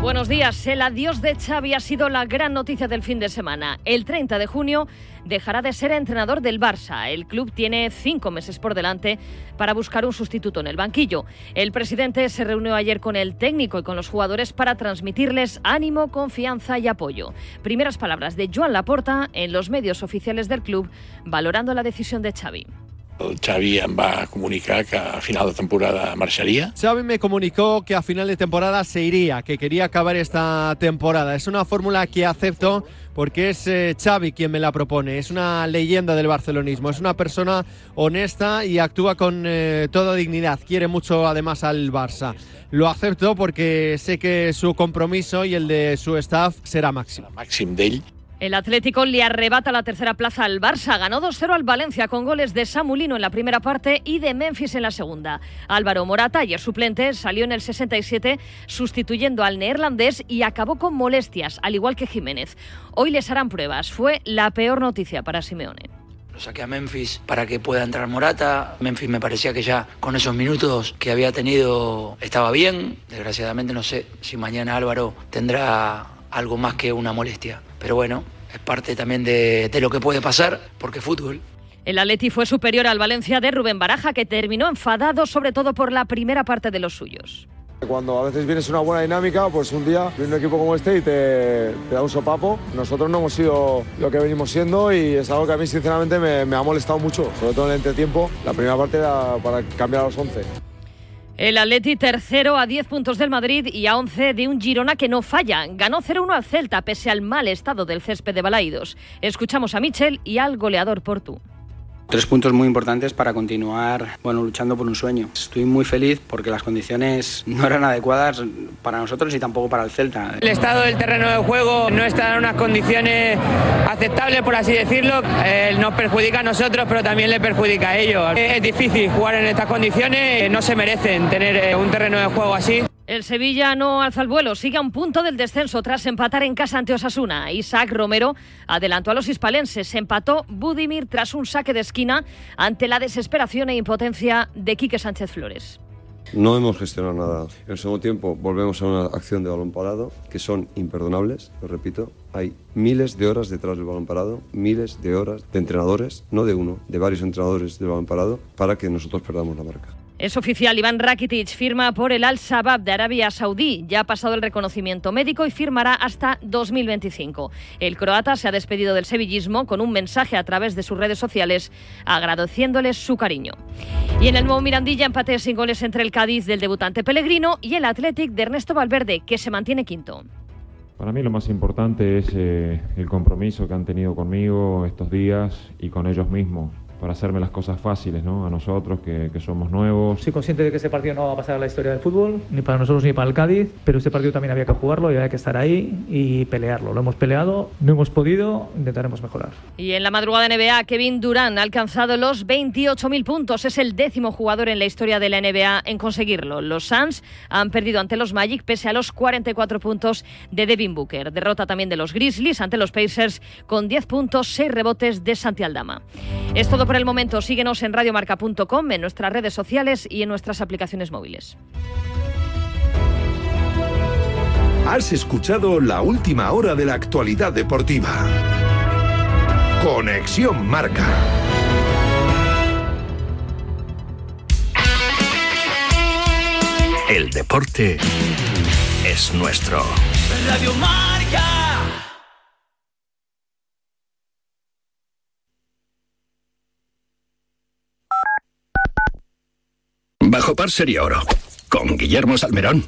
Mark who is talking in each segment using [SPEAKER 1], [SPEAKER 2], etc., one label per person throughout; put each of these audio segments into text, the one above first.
[SPEAKER 1] Buenos días. El adiós de Xavi ha sido la gran noticia del fin de semana. El 30 de junio dejará de ser entrenador del Barça. El club tiene cinco meses por delante para buscar un sustituto en el banquillo. El presidente se reunió ayer con el técnico y con los jugadores para transmitirles ánimo, confianza y apoyo. Primeras palabras de Joan Laporta en los medios oficiales del club valorando la decisión de Xavi.
[SPEAKER 2] El Xavi em va comunicar que a final de temporada marcharía.
[SPEAKER 3] Xavi me comunicó que a final de temporada se iría, que quería acabar esta temporada. Es una fórmula que acepto porque es eh, Xavi quien me la propone. Es una leyenda del barcelonismo, es una persona honesta y actúa con eh, toda dignidad. Quiere mucho además al Barça. Lo acepto porque sé que su compromiso y el de su staff será máximo.
[SPEAKER 2] Màxim d'ell.
[SPEAKER 1] El Atlético le arrebata la tercera plaza al Barça. Ganó 2-0 al Valencia con goles de Samulino en la primera parte y de Memphis en la segunda. Álvaro Morata, ayer suplente, salió en el 67 sustituyendo al neerlandés y acabó con molestias, al igual que Jiménez. Hoy les harán pruebas. Fue la peor noticia para Simeone.
[SPEAKER 4] Lo saqué a Memphis para que pueda entrar Morata. Memphis me parecía que ya con esos minutos que había tenido estaba bien. Desgraciadamente no sé si mañana Álvaro tendrá algo más que una molestia. Pero bueno, es parte también de, de lo que puede pasar porque es fútbol.
[SPEAKER 1] El Atleti fue superior al Valencia de Rubén Baraja, que terminó enfadado sobre todo por la primera parte de los suyos.
[SPEAKER 5] Cuando a veces vienes una buena dinámica, pues un día viene un equipo como este y te, te da un sopapo. Nosotros no hemos sido lo que venimos siendo y es algo que a mí sinceramente me, me ha molestado mucho, sobre todo en el entretiempo. La primera parte era para cambiar a los 11.
[SPEAKER 1] El Atleti tercero a 10 puntos del Madrid y a 11 de un Girona que no falla. Ganó 0-1 al Celta pese al mal estado del césped de Balaidos. Escuchamos a Michel y al goleador Portu.
[SPEAKER 6] Tres puntos muy importantes para continuar bueno, luchando por un sueño. Estoy muy feliz porque las condiciones no eran adecuadas para nosotros y tampoco para el Celta.
[SPEAKER 7] El estado del terreno de juego no está en unas condiciones aceptables, por así decirlo. Eh, nos perjudica a nosotros, pero también le perjudica a ellos. Es, es difícil jugar en estas condiciones, eh, no se merecen tener eh, un terreno de juego así.
[SPEAKER 1] El Sevilla no alza el vuelo, sigue a un punto del descenso tras empatar en casa ante Osasuna. Isaac Romero adelantó a los hispalenses, empató Budimir tras un saque de esquina ante la desesperación e impotencia de Quique Sánchez Flores.
[SPEAKER 8] No hemos gestionado nada. En el segundo tiempo volvemos a una acción de balón parado que son imperdonables, lo repito. Hay miles de horas detrás del balón parado, miles de horas de entrenadores, no de uno, de varios entrenadores del balón parado, para que nosotros perdamos la marca.
[SPEAKER 1] Es oficial, Iván Rakitic firma por el Al Shabaab de Arabia Saudí. Ya ha pasado el reconocimiento médico y firmará hasta 2025. El croata se ha despedido del sevillismo con un mensaje a través de sus redes sociales agradeciéndoles su cariño. Y en el nuevo Mirandilla empate sin goles entre el Cádiz del debutante Pellegrino y el Athletic de Ernesto Valverde, que se mantiene quinto.
[SPEAKER 9] Para mí lo más importante es eh, el compromiso que han tenido conmigo estos días y con ellos mismos para hacerme las cosas fáciles, ¿no? A nosotros que, que, somos nuevos.
[SPEAKER 10] Soy consciente de que ese partido no va a pasar a la historia del fútbol, ni para nosotros ni para el Cádiz, pero ese partido también había que jugarlo y había que estar ahí y pelearlo. Lo hemos peleado, no hemos podido, intentaremos mejorar.
[SPEAKER 1] Y en la madrugada de NBA, Kevin Durant ha alcanzado los 28.000 puntos. Es el décimo jugador en la historia de la NBA en conseguirlo. Los Suns han perdido ante los Magic pese a los 44 puntos de Devin Booker. Derrota también de los Grizzlies ante los Pacers con 10 puntos, 6 rebotes de Santi Aldama. Es todo por el momento. Síguenos en radiomarca.com, en nuestras redes sociales y en nuestras aplicaciones móviles.
[SPEAKER 11] Has escuchado la última hora de la actualidad deportiva. Conexión Marca.
[SPEAKER 12] El deporte es nuestro.
[SPEAKER 13] Radio Marca.
[SPEAKER 12] Bajo par sería oro. Con Guillermo Salmerón.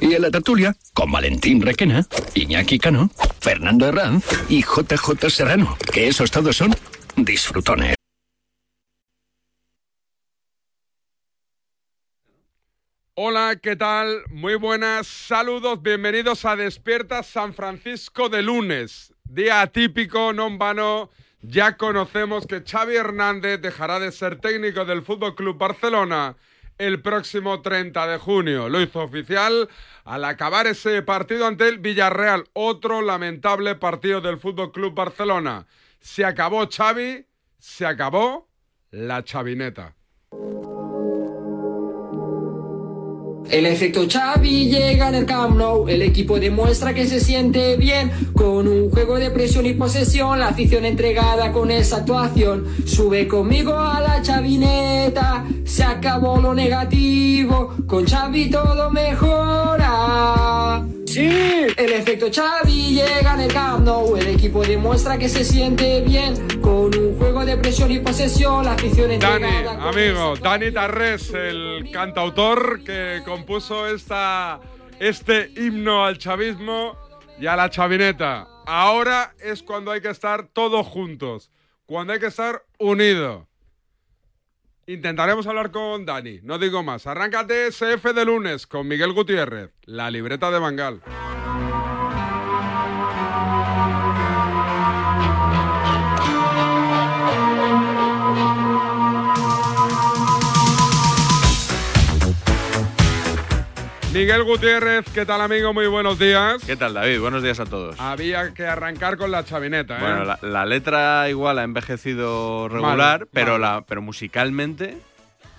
[SPEAKER 12] Y en la tertulia, con Valentín Requena, Iñaki Cano, Fernando Herranz y JJ Serrano. Que esos todos son disfrutones.
[SPEAKER 14] Hola, ¿qué tal? Muy buenas, saludos, bienvenidos a Despierta San Francisco de lunes. Día atípico, no en vano. Ya conocemos que Xavi Hernández dejará de ser técnico del Fútbol Club Barcelona el próximo 30 de junio. Lo hizo oficial al acabar ese partido ante el Villarreal, otro lamentable partido del Fútbol Club Barcelona. Se acabó Xavi, se acabó la chavineta.
[SPEAKER 15] El efecto Xavi llega en el Camp Nou, el equipo demuestra que se siente bien con un juego de presión y posesión, la afición entregada con esa actuación, sube conmigo a la chavineta, se acabó lo negativo, con Xavi todo mejora. Sí, el efecto Xavi llega en el Camp Nou, el equipo demuestra que se siente bien con un juego de presión y posesión, la afición
[SPEAKER 14] Dani,
[SPEAKER 15] entregada con
[SPEAKER 14] amigo, Dani Tarrés, el cantautor que compuso esta, este himno al chavismo y a la chavineta. Ahora es cuando hay que estar todos juntos, cuando hay que estar unidos. Intentaremos hablar con Dani, no digo más. Arráncate SF de lunes con Miguel Gutiérrez, la libreta de Bangal. Miguel Gutiérrez, ¿qué tal amigo? Muy buenos días.
[SPEAKER 16] ¿Qué tal, David? Buenos días a todos.
[SPEAKER 14] Había que arrancar con la chavineta, ¿eh?
[SPEAKER 16] Bueno, la, la letra igual ha envejecido regular,
[SPEAKER 14] Mal,
[SPEAKER 16] pero
[SPEAKER 14] mal.
[SPEAKER 16] la pero musicalmente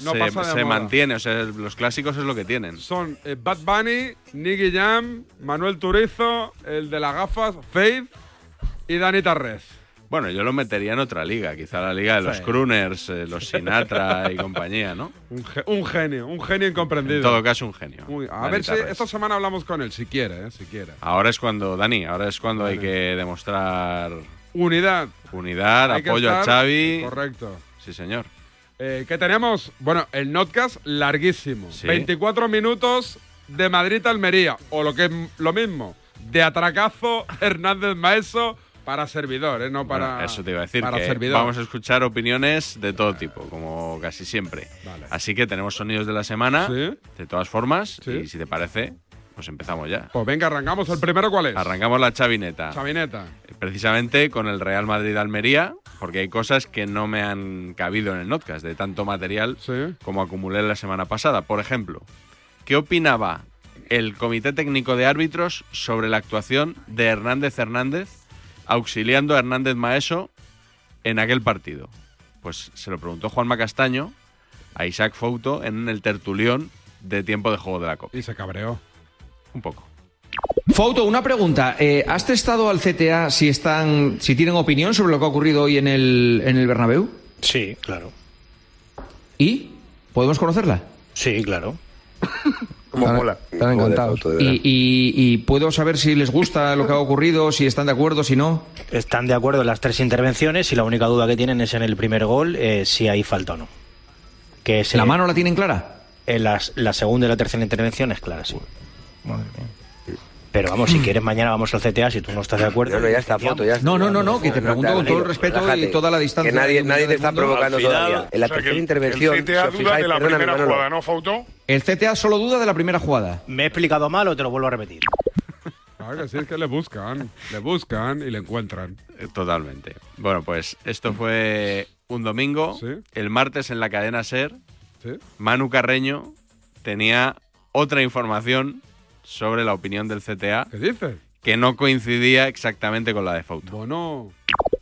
[SPEAKER 14] No
[SPEAKER 16] se,
[SPEAKER 14] pasa de
[SPEAKER 16] se
[SPEAKER 14] moda.
[SPEAKER 16] mantiene. O sea, los clásicos es lo que tienen.
[SPEAKER 14] Son eh, Bad Bunny, Nicky Jam, Manuel Turizo, el de las gafas, Faith y Dani Tarrés.
[SPEAKER 16] Bueno, yo lo metería en otra liga, quizá la liga de los
[SPEAKER 14] Sí.
[SPEAKER 16] crooners, eh, los Sinatra y compañía, ¿no?
[SPEAKER 14] Un, ge- un genio, un genio incomprendido.
[SPEAKER 16] En todo caso, un genio.
[SPEAKER 14] Muy- a
[SPEAKER 16] Dani
[SPEAKER 14] ver si
[SPEAKER 16] Tarrés.
[SPEAKER 14] esta semana hablamos con él, si quiere, eh, si quiere.
[SPEAKER 16] Ahora es cuando, Dani, ahora es cuando hay que demostrar
[SPEAKER 14] Unidad.
[SPEAKER 16] unidad,
[SPEAKER 14] Hay que
[SPEAKER 16] apoyo a
[SPEAKER 14] estar-
[SPEAKER 16] Xavi.
[SPEAKER 14] Correcto.
[SPEAKER 16] Sí, señor.
[SPEAKER 14] Eh, ¿Qué tenemos? Bueno, el notcast larguísimo. 24 minutos de Madrid a Almería, o lo que es m- lo mismo, de atracazo Hernández Maeso para servidor, eh, no para...
[SPEAKER 16] Bueno, eso te iba a decir
[SPEAKER 14] para
[SPEAKER 16] que
[SPEAKER 14] servidor.
[SPEAKER 16] vamos a escuchar opiniones de todo tipo, como casi siempre. Así que tenemos sonidos de la semana, de todas formas, y si te parece, pues empezamos ya.
[SPEAKER 14] Pues venga, arrancamos. ¿El primero cuál es?
[SPEAKER 16] Arrancamos la chavineta,
[SPEAKER 14] Chavineta.
[SPEAKER 16] precisamente con el Real Madrid-Almería, porque hay cosas que no me han cabido en el podcast de tanto material como acumulé la semana pasada. Por ejemplo, ¿qué opinaba el Comité Técnico de Árbitros sobre la actuación de Hernández Hernández auxiliando a Hernández Maeso en aquel partido? Pues se lo preguntó Juanma Castaño a Isaac Fouto en el tertulión de tiempo de juego de la Copa.
[SPEAKER 14] Y se cabreó.
[SPEAKER 16] Un poco.
[SPEAKER 5] Fouto, una pregunta. Eh, ¿Has testado al CTA si están, si tienen opinión sobre lo que ha ocurrido hoy en el, en el Bernabéu?
[SPEAKER 4] Sí, claro.
[SPEAKER 5] ¿Y? ¿Podemos conocerla?
[SPEAKER 4] Sí, claro.
[SPEAKER 5] Como mola. Están encantados.
[SPEAKER 4] Fouto, de
[SPEAKER 5] ¿Y,
[SPEAKER 4] verdad.
[SPEAKER 5] y- y puedo saber si les gusta lo que ha ocurrido, si están de acuerdo, si no?
[SPEAKER 4] Están de acuerdo en las tres intervenciones y la única duda que tienen es en el primer gol eh, si hay falta o no. Que
[SPEAKER 5] ¿La mano la tienen clara?
[SPEAKER 4] las, la segunda y la tercera intervención es clara, sí. Pero vamos,
[SPEAKER 5] Mm.
[SPEAKER 4] si quieres mañana vamos al CTA si tú no estás de acuerdo.
[SPEAKER 17] No, no, ya está, Fouto, ya está.
[SPEAKER 4] No, no, no, no,
[SPEAKER 5] que te pregunto con todo el respeto y toda la distancia.
[SPEAKER 17] Que nadie, nadie te está
[SPEAKER 5] del mundo.
[SPEAKER 17] provocando
[SPEAKER 5] Al final,
[SPEAKER 17] todavía. En la
[SPEAKER 5] o sea, que
[SPEAKER 17] tercera
[SPEAKER 5] el-
[SPEAKER 17] intervención.
[SPEAKER 5] el CTA
[SPEAKER 17] si os
[SPEAKER 5] duda
[SPEAKER 17] fijáis,
[SPEAKER 5] de la
[SPEAKER 17] perdóname,
[SPEAKER 5] primera
[SPEAKER 17] Manolo.
[SPEAKER 5] jugada,
[SPEAKER 4] ¿no, Fauto?
[SPEAKER 5] El CTA solo duda de la primera jugada.
[SPEAKER 4] Me he explicado mal o te lo vuelvo a repetir.
[SPEAKER 14] Claro que sí, es que le buscan, le buscan y le encuentran.
[SPEAKER 16] Eh, Totalmente. Bueno, pues esto fue un domingo. El martes en la cadena Ser,
[SPEAKER 14] Sí.
[SPEAKER 16] Manu Carreño tenía otra información sobre la opinión del CTA.
[SPEAKER 14] ¿Qué dices?
[SPEAKER 16] Que no coincidía exactamente con la de Fouto.
[SPEAKER 14] Bueno.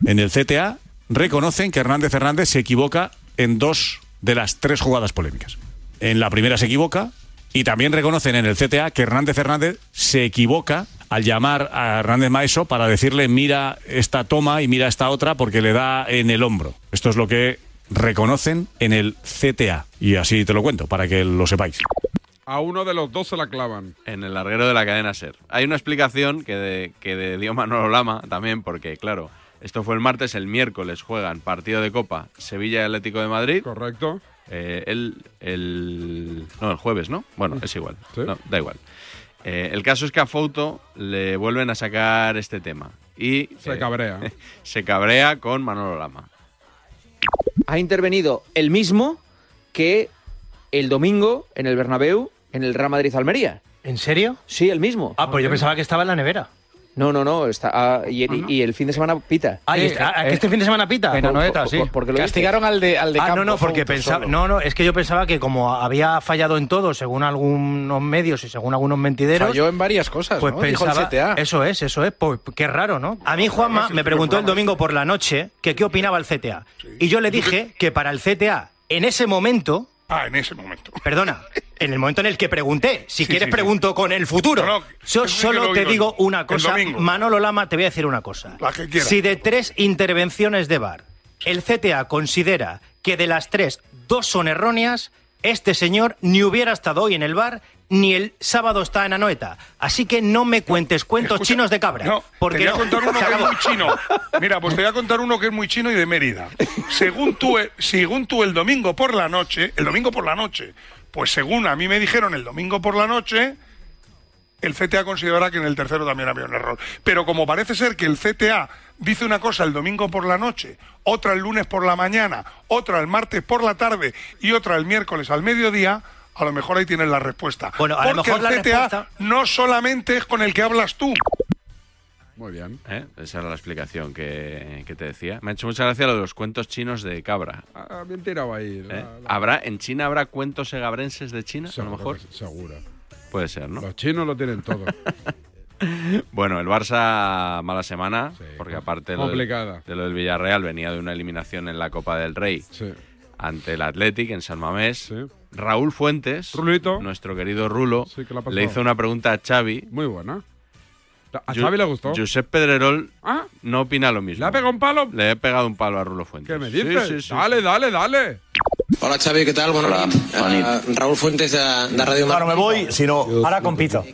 [SPEAKER 8] En el CTA reconocen que Hernández Hernández se equivoca en dos de las tres jugadas polémicas. En la primera se equivoca y también reconocen en el CTA que Hernández Hernández se equivoca al llamar a Hernández Maeso para decirle mira esta toma y mira esta otra porque le da en el hombro. Esto es lo que reconocen en el CTA. Y así te lo cuento para que lo sepáis.
[SPEAKER 14] A uno de los dos se la clavan.
[SPEAKER 16] En el larguero de la cadena Ser. Hay una explicación que, de- que de- dio Manolo Lama también, porque, claro, esto fue el martes, el miércoles juegan partido de Copa Sevilla y Atlético de Madrid. Eh,
[SPEAKER 14] Correcto.
[SPEAKER 16] el, el- No, el jueves, ¿no? Bueno, es igual.
[SPEAKER 14] Sí.
[SPEAKER 16] No, da igual. Eh, el caso es que a Fouto le vuelven a sacar este tema. Y.
[SPEAKER 14] Se
[SPEAKER 16] eh,
[SPEAKER 14] cabrea.
[SPEAKER 16] se cabrea con Manolo Lama.
[SPEAKER 5] ha intervenido el mismo que el domingo en el Bernabéu, en el Real Madrid Almería.
[SPEAKER 4] ¿En serio? pues
[SPEAKER 5] Sí, el mismo.
[SPEAKER 4] Ah, pues yo pensaba que estaba en la nevera.
[SPEAKER 18] No, no, no. Está, ah, y, el- y el fin de semana pita.
[SPEAKER 4] Ah, y este- ah, que este fin de semana pita.
[SPEAKER 18] En Anoeta, sí.
[SPEAKER 4] Castigaron
[SPEAKER 18] al de, al
[SPEAKER 4] Ah, no, no, porque pensaba, no, no, es que yo pensaba que como había fallado en todo, según algunos medios y según algunos mentideros,
[SPEAKER 8] Falló en varias cosas,
[SPEAKER 4] pues
[SPEAKER 8] ¿no? Dijo el
[SPEAKER 4] pensaba,
[SPEAKER 8] CTA.
[SPEAKER 4] eso es, eso es, pues, qué raro, ¿no? A mí Juanma me preguntó el domingo por la noche que qué opinaba el CTA y yo le dije que para el CTA en ese momento,
[SPEAKER 11] Ah, en ese momento.
[SPEAKER 4] perdona, en el momento en el que pregunté, si
[SPEAKER 11] Sí,
[SPEAKER 4] quieres
[SPEAKER 11] sí, sí.
[SPEAKER 4] pregunto con el futuro.
[SPEAKER 11] No, no,
[SPEAKER 4] yo
[SPEAKER 11] eso sí que
[SPEAKER 4] solo
[SPEAKER 11] lo
[SPEAKER 4] te
[SPEAKER 11] digo
[SPEAKER 4] digo
[SPEAKER 11] yo.
[SPEAKER 4] una
[SPEAKER 11] El
[SPEAKER 4] cosa,
[SPEAKER 11] domingo.
[SPEAKER 4] Manolo Lama, te voy a decir una cosa.
[SPEAKER 11] La que quiera.
[SPEAKER 4] Si de tres intervenciones de VAR, el CTA considera que de las tres, dos son erróneas, este señor ni hubiera estado hoy en el VAR ni el sábado está en Anoeta. Así que no me cuentes cuentos chinos de cabra.
[SPEAKER 11] No,
[SPEAKER 4] porque
[SPEAKER 11] te voy a
[SPEAKER 4] no.
[SPEAKER 11] contar uno
[SPEAKER 4] Se
[SPEAKER 11] que es
[SPEAKER 4] acabó.
[SPEAKER 11] muy chino. Mira, pues te voy a contar uno que es muy chino y de Mérida. Según tú, eh, según tú el domingo por la noche, el domingo por la noche, pues según a mí me dijeron el domingo por la noche, el CTA considera que en el tercero también había un error. Pero como parece ser que el CTA dice una cosa el domingo por la noche, otra el lunes por la mañana, otra el martes por la tarde y otra el miércoles al mediodía, a lo mejor ahí tienes la respuesta.
[SPEAKER 4] Bueno, a lo
[SPEAKER 11] Porque
[SPEAKER 4] mejor la
[SPEAKER 11] el CTA
[SPEAKER 4] respuesta-
[SPEAKER 11] no solamente es con el que hablas tú.
[SPEAKER 14] Muy bien.
[SPEAKER 16] ¿Eh? Esa era la explicación que, que te decía. Me ha hecho mucha gracia lo de los cuentos chinos de cabra.
[SPEAKER 14] Ah, bien tirado ahí.
[SPEAKER 16] ¿eh?
[SPEAKER 14] la- la-
[SPEAKER 16] ¿Habrá, ¿En China habrá cuentos segabrenses de China? a lo
[SPEAKER 14] Seguro
[SPEAKER 16] mejor.
[SPEAKER 14] que- Seguro.
[SPEAKER 16] Puede ser, ¿no?
[SPEAKER 14] Los chinos lo tienen todo.
[SPEAKER 16] Bueno, el Barça, mala semana, porque aparte lo del-
[SPEAKER 14] complicada.
[SPEAKER 16] de lo del Villarreal venía de una eliminación en la Copa del Rey ante el Athletic en San Mamés. Raúl Fuentes, nuestro querido Rulo,
[SPEAKER 14] Sí, que la ha pasado.
[SPEAKER 16] le hizo una pregunta a Xavi.
[SPEAKER 14] Muy buena. A
[SPEAKER 16] Ju-
[SPEAKER 14] Xavi le gustó.
[SPEAKER 16] Josep Pedrerol
[SPEAKER 14] Ah.
[SPEAKER 16] no opina lo mismo. ¿Le ha pegado
[SPEAKER 14] un palo?
[SPEAKER 16] Le he pegado un palo a Rulo Fuentes.
[SPEAKER 14] ¿Qué me
[SPEAKER 16] Sí,
[SPEAKER 14] dices?
[SPEAKER 16] sí, sí.
[SPEAKER 14] dale, dale, dale.
[SPEAKER 19] Hola Xavi, ¿qué tal? Bueno, eh, Raúl Fuentes de, Radio Ahora me voy, sino ahora con Pito.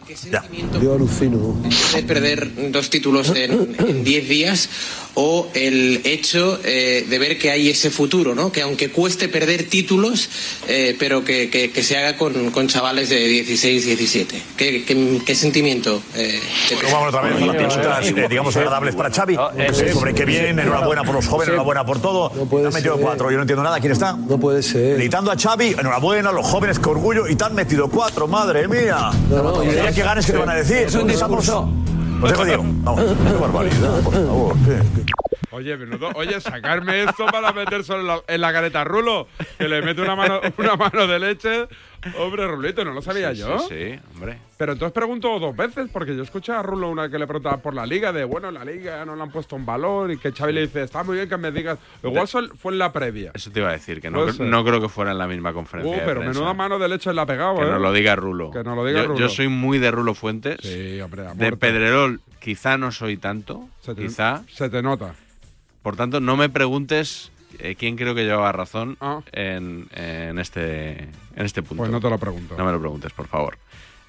[SPEAKER 20] Yo alucino.
[SPEAKER 19] de perder dos títulos en en 10 días o el hecho eh, de ver que hay ese futuro, ¿no? Que aunque cueste perder títulos, eh, pero que, que- que se haga con, con chavales de 16, 17. ¿Qué, qué- qué sentimiento? eh, te
[SPEAKER 21] Bueno, vamos otra vez a las preguntas, eh, digamos, agradables para Xavi. Eh, sobre qué bien, enhorabuena por los jóvenes, enhorabuena por todo. ha metido cuatro, yo no entiendo nada. ¿Quién está? No puede ser. Gritando a Xavi, enhorabuena, los jóvenes, qué orgullo. Y te han metido cuatro, madre mía. No,
[SPEAKER 19] no,
[SPEAKER 21] ya
[SPEAKER 19] es-
[SPEAKER 21] que ganes, ¿qué te van a decir?
[SPEAKER 19] es un
[SPEAKER 21] ¿Dónde estamos? Os dejo, Diego. Vamos, qué barbaridad, por favor. ¿Qué?
[SPEAKER 14] Oye, menudo, oye, sacarme esto para meterse en la, en la careta a Rulo, que le mete una mano, una mano de leche. Hombre, Rulito, no lo sabía
[SPEAKER 16] Sí,
[SPEAKER 14] yo.
[SPEAKER 16] Sí, sí, hombre.
[SPEAKER 14] Pero entonces pregunto dos veces, porque yo escuché a Rulo una que le preguntaba por la liga, de bueno, la liga no la han puesto en valor, y que Xavi le dice, está muy bien que me digas. Igual sol- fue en la previa.
[SPEAKER 16] Eso te iba a decir, que no,
[SPEAKER 14] Puede
[SPEAKER 16] cre-
[SPEAKER 14] ser.
[SPEAKER 16] no creo que fuera en la misma
[SPEAKER 14] Pues, eh. Uh,
[SPEAKER 16] conferencia. de
[SPEAKER 14] pero
[SPEAKER 16] prensa.
[SPEAKER 14] menuda mano de leche la ha pegado,
[SPEAKER 16] Que
[SPEAKER 14] ¿eh?
[SPEAKER 16] nos lo diga Rulo.
[SPEAKER 14] Que nos lo diga
[SPEAKER 16] yo,
[SPEAKER 14] Rulo.
[SPEAKER 16] yo soy muy de Rulo Fuentes.
[SPEAKER 14] Sí, hombre,
[SPEAKER 16] de
[SPEAKER 14] a muerte.
[SPEAKER 16] Pedrerol quizá no soy tanto.
[SPEAKER 14] Se te-
[SPEAKER 16] Quizá.
[SPEAKER 14] Se te nota.
[SPEAKER 16] Por tanto, no me preguntes eh, quién creo que llevaba razón en, en este, en este punto.
[SPEAKER 14] Ah. Pues no te lo pregunto.
[SPEAKER 16] No me lo preguntes, por favor.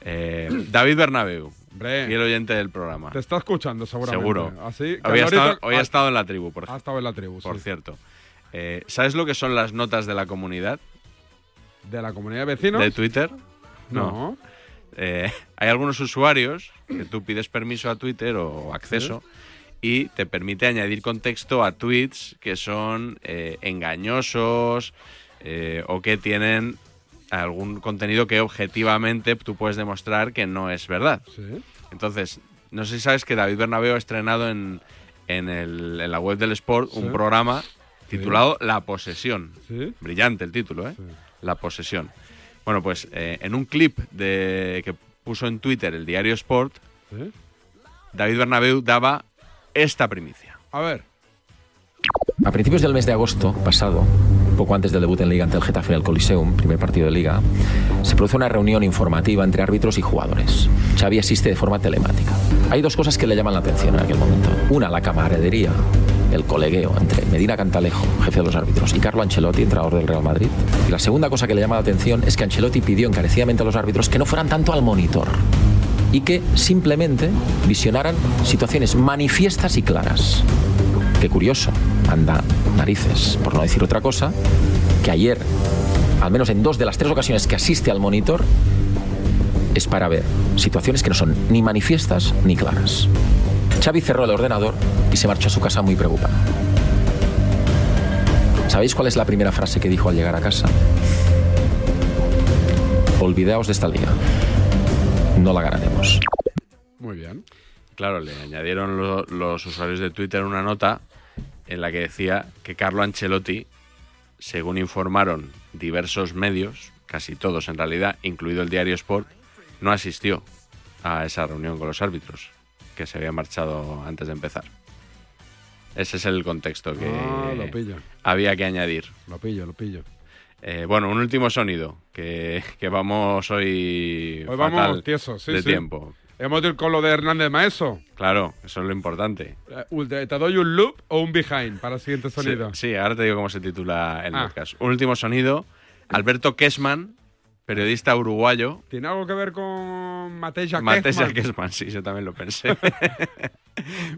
[SPEAKER 16] Eh, David Bernabeu,
[SPEAKER 14] Hombre.
[SPEAKER 16] fiel oyente del programa.
[SPEAKER 14] Te está escuchando, seguramente.
[SPEAKER 16] Seguro.
[SPEAKER 14] Así,
[SPEAKER 16] hoy, ha
[SPEAKER 14] calorito-
[SPEAKER 16] estado, hoy ha
[SPEAKER 14] ah,
[SPEAKER 16] estado en la tribu, por
[SPEAKER 14] Ha estado en la tribu,
[SPEAKER 16] Por
[SPEAKER 14] sí.
[SPEAKER 16] cierto. Eh, ¿Sabes lo que son las notas de la comunidad?
[SPEAKER 14] ¿De la comunidad de vecinos?
[SPEAKER 16] ¿De Twitter?
[SPEAKER 14] No.
[SPEAKER 16] Eh, hay algunos usuarios que tú pides permiso a Twitter o acceso y te permite añadir contexto a tweets que son eh, engañosos eh, o que tienen algún contenido que objetivamente tú puedes demostrar que no es verdad.
[SPEAKER 14] Sí.
[SPEAKER 16] Entonces, no sé si sabes que David Bernabeu ha estrenado en, en, el- en la web del Sport
[SPEAKER 14] Sí.
[SPEAKER 16] un programa
[SPEAKER 14] Sí.
[SPEAKER 16] titulado La Posesión.
[SPEAKER 14] Sí.
[SPEAKER 16] Brillante el título, ¿eh? La Posesión. Bueno, pues eh, en un clip de, que puso en Twitter el diario Sport,
[SPEAKER 14] Sí.
[SPEAKER 16] David Bernabeu daba esta primicia.
[SPEAKER 14] A ver.
[SPEAKER 22] A principios del mes de agosto pasado, poco antes del debut en Liga ante el Getafe en el Coliseum, primer partido de Liga, se produce una reunión informativa entre árbitros y jugadores. Xavi asiste de forma telemática. Hay dos cosas que le llaman la atención en aquel momento. Una, la camaradería, el colegueo entre Medina Cantalejo, jefe de los árbitros, y Carlo Ancelotti, entrenador del Real Madrid. Y la segunda cosa que le llama la atención es que Ancelotti pidió encarecidamente a los árbitros que no fueran tanto al monitor y que simplemente visionaran situaciones manifiestas y claras. Qué curioso, anda narices, por no decir otra cosa, que ayer, al menos en dos de las tres ocasiones que asiste al monitor, es para ver situaciones que no son ni manifiestas ni claras. Xavi cerró el ordenador y se marchó a su casa muy preocupado. ¿Sabéis cuál es la primera frase que dijo al llegar a casa? Olvidaos de esta liga. No la ganaremos.
[SPEAKER 14] Muy bien.
[SPEAKER 16] Claro, le añadieron lo- los usuarios de Twitter una nota en la que decía que Carlo Ancelotti, según informaron diversos medios, casi todos en realidad, incluido el diario Sport, no asistió a esa reunión con los árbitros, que se había marchado antes de empezar. Ese es el contexto que
[SPEAKER 14] Ah, lo pillo.
[SPEAKER 16] había que añadir.
[SPEAKER 14] Lo pillo, lo pillo.
[SPEAKER 16] Eh, bueno, un último sonido, que, que vamos hoy,
[SPEAKER 14] Hoy
[SPEAKER 16] fatal
[SPEAKER 14] vamos tiesos, sí,
[SPEAKER 16] de
[SPEAKER 14] sí.
[SPEAKER 16] tiempo.
[SPEAKER 14] Hemos de ir con lo de Hernández Maeso.
[SPEAKER 16] Claro, eso es lo importante.
[SPEAKER 14] Eh, ul- ¿Te te doy un loop o un behind para el siguiente
[SPEAKER 16] Sí,
[SPEAKER 14] sonido?
[SPEAKER 16] Sí, ahora te digo cómo se titula el
[SPEAKER 14] Ah.
[SPEAKER 16] podcast. Un último sonido. Alberto Kesman, periodista uruguayo.
[SPEAKER 14] ¿Tiene algo que ver con Mateja
[SPEAKER 16] Mateja
[SPEAKER 14] Kechman?
[SPEAKER 16] Kesman, sí, yo también lo pensé.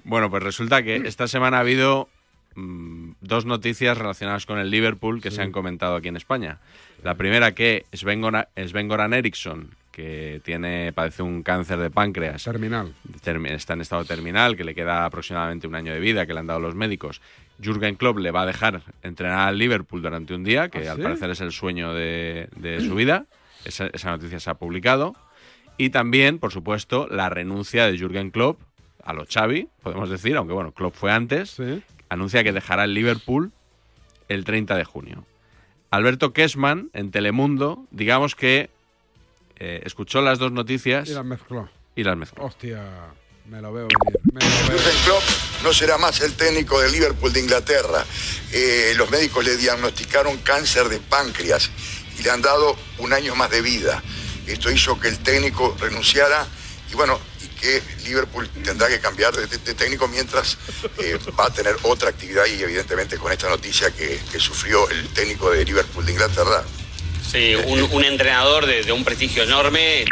[SPEAKER 16] bueno, pues resulta que esta semana ha habido mm, dos noticias relacionadas con el Liverpool que se han comentado aquí en España. La primera que Sven, Gona- Sven Goran Eriksson, que tiene, padece un cáncer de páncreas.
[SPEAKER 14] Terminal.
[SPEAKER 16] termi- está en estado terminal, que le queda aproximadamente un año de vida, que le han dado los médicos. Jürgen Klopp le va a dejar entrenar al Liverpool durante un día, que
[SPEAKER 23] ¿Ah,
[SPEAKER 16] al
[SPEAKER 23] sí?
[SPEAKER 16] parecer es el sueño de, de su vida. Esa, esa noticia se ha publicado. Y también, por supuesto, la renuncia de Jürgen Klopp a los Xavi, podemos decir, aunque bueno, Klopp fue antes, anuncia que dejará el Liverpool el 30 de junio. Alberto Kessman, en Telemundo, digamos que eh, escuchó las dos noticias
[SPEAKER 14] Y las mezcló.
[SPEAKER 16] y las mezcló.
[SPEAKER 14] Hostia, me lo veo venir. Me lo veo.
[SPEAKER 24] Jürgen Klopp no será más el técnico de Liverpool de Inglaterra. Eh, los médicos le diagnosticaron cáncer de páncreas y le han dado un año más de vida. Esto hizo que el técnico renunciara y bueno, y que Liverpool tendrá que cambiar de, de- de técnico mientras eh, va a tener otra actividad y evidentemente con esta noticia que, que sufrió el técnico de Liverpool de Inglaterra.
[SPEAKER 23] Sí, un, un entrenador de, de un prestigio enorme.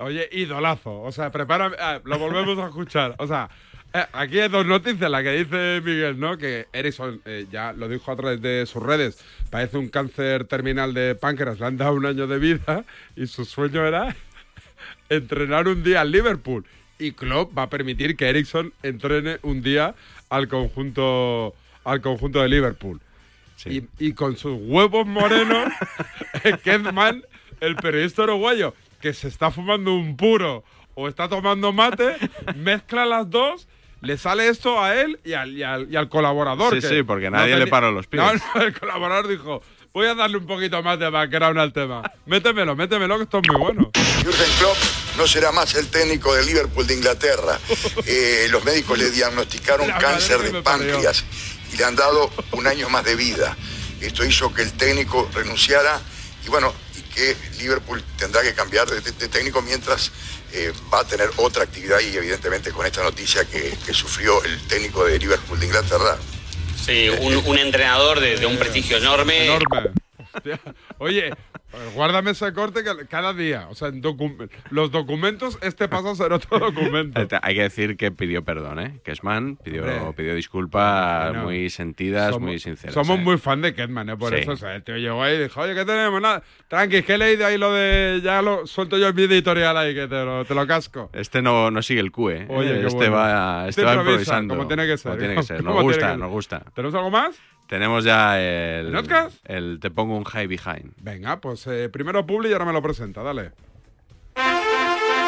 [SPEAKER 14] Oye, idolazo. O sea, prepárame. ah, lo volvemos a escuchar. O sea, eh, aquí hay dos noticias. La que dice Miguel, ¿no? Que Erickson eh, ya lo dijo a través de sus redes. Parece un cáncer terminal de páncreas. Le han dado un año de vida y su sueño era entrenar un día al Liverpool. Y Klopp va a permitir que Erickson entrene un día al conjunto, al conjunto de Liverpool. Y, y con sus huevos morenos, Kedman, el periodista uruguayo, que se está fumando un puro o está tomando mate, mezcla las dos, le sale esto a él y al, y al- y al colaborador.
[SPEAKER 16] Sí,
[SPEAKER 14] que
[SPEAKER 16] sí, porque nadie le
[SPEAKER 14] teni-
[SPEAKER 16] paró los pies.
[SPEAKER 14] No, no, el colaborador dijo, voy a darle un poquito más de background al tema. Métemelo, métemelo, que esto es muy bueno.
[SPEAKER 24] Jürgen Klopp no será más el técnico de Liverpool de Inglaterra. Eh, los médicos le diagnosticaron cáncer de páncreas y le han dado un año más de vida. Esto hizo que el técnico renunciara y bueno, y que Liverpool tendrá que cambiar de, de- de técnico mientras eh, va a tener otra actividad y evidentemente con esta noticia que, que sufrió el técnico de Liverpool de Inglaterra.
[SPEAKER 23] Sí, un, un entrenador de, de un prestigio enorme.
[SPEAKER 14] Enorme. Hostia. Oye, eh, guárdame ese corte que- cada día. O sea, en docu- los documentos, este paso será otro documento.
[SPEAKER 16] Eh, te- Hay que decir que pidió perdón, ¿eh? Kesman pidió,
[SPEAKER 14] Hombre.
[SPEAKER 16] pidió disculpas
[SPEAKER 14] Bueno,
[SPEAKER 16] muy sentidas,
[SPEAKER 14] somos-
[SPEAKER 16] muy sinceras.
[SPEAKER 14] Somos
[SPEAKER 16] ¿eh?
[SPEAKER 14] muy fan de Ketman, ¿eh? por
[SPEAKER 16] Sí.
[SPEAKER 14] eso o sea, el tío llegó ahí y dijo, oye, ¿qué tenemos? Nada, tranqui, que he leído ahí lo de... Ya lo suelto yo en mi editorial ahí, que te lo, te lo casco.
[SPEAKER 16] Este no, no sigue el QE. ¿eh?
[SPEAKER 14] Oye, qué
[SPEAKER 16] este
[SPEAKER 14] bueno.
[SPEAKER 16] va,
[SPEAKER 14] Este
[SPEAKER 16] este va
[SPEAKER 14] improvisa,
[SPEAKER 16] improvisando.
[SPEAKER 14] como tiene que ser.
[SPEAKER 16] Como tiene que ser. Nos
[SPEAKER 14] Como tiene
[SPEAKER 16] gusta,
[SPEAKER 14] que-
[SPEAKER 16] nos gusta.
[SPEAKER 14] ¿Tenemos algo más?
[SPEAKER 16] Tenemos ya el,
[SPEAKER 14] ¿Notcast?
[SPEAKER 16] el Te pongo un high behind.
[SPEAKER 14] Venga, pues eh, primero Publi y ahora me lo presenta, dale.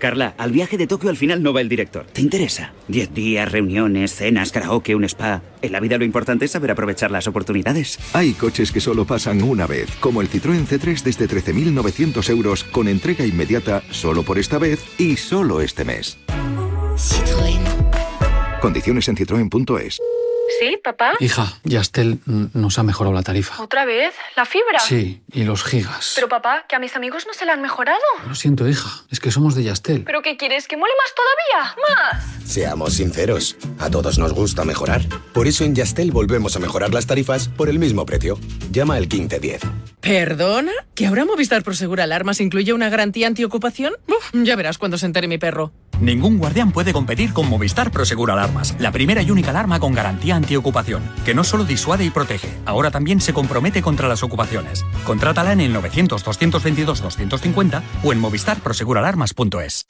[SPEAKER 4] Carla, al viaje de Tokio al final no va el director. ¿Te interesa? Diez días, reuniones, cenas, karaoke, un spa. En la vida lo importante es saber aprovechar las oportunidades.
[SPEAKER 25] Hay coches que solo pasan una vez, como el Citroën C3 desde 13.900 euros con entrega inmediata solo por esta vez y solo este mes. Condiciones en citroen.es.
[SPEAKER 26] ¿Sí, papá?
[SPEAKER 27] Hija, Yastel mm, nos ha mejorado la tarifa.
[SPEAKER 26] ¿Otra vez? ¿La fibra?
[SPEAKER 27] Sí, y los gigas.
[SPEAKER 26] Pero papá, que a mis amigos no se la han mejorado.
[SPEAKER 27] Lo siento, hija, es que somos de Yastel.
[SPEAKER 26] ¿Pero qué quieres? ¿Que mole más todavía? ¡Más!
[SPEAKER 8] Seamos sinceros, a todos nos gusta mejorar. Por eso en Yastel volvemos a mejorar las tarifas por el mismo precio. Llama al 1510.
[SPEAKER 28] ¿Perdona? ¿Que ahora Movistar Prosegura Alarmas incluye una garantía antiocupación? Uf, ya verás cuando se entere mi perro.
[SPEAKER 29] Ningún guardián puede competir con Movistar Prosegur Alarmas, la primera y única alarma con garantía
[SPEAKER 8] antiocupación, que no solo disuade y protege, ahora también se compromete contra las ocupaciones. Contrátala en el 900-222-250 o en movistarproseguralarmas.es.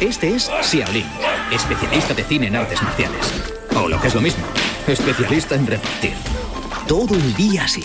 [SPEAKER 4] Este es Xiaolin, especialista de cine en artes marciales. O lo que es lo mismo, especialista en repartir. Todo el día así.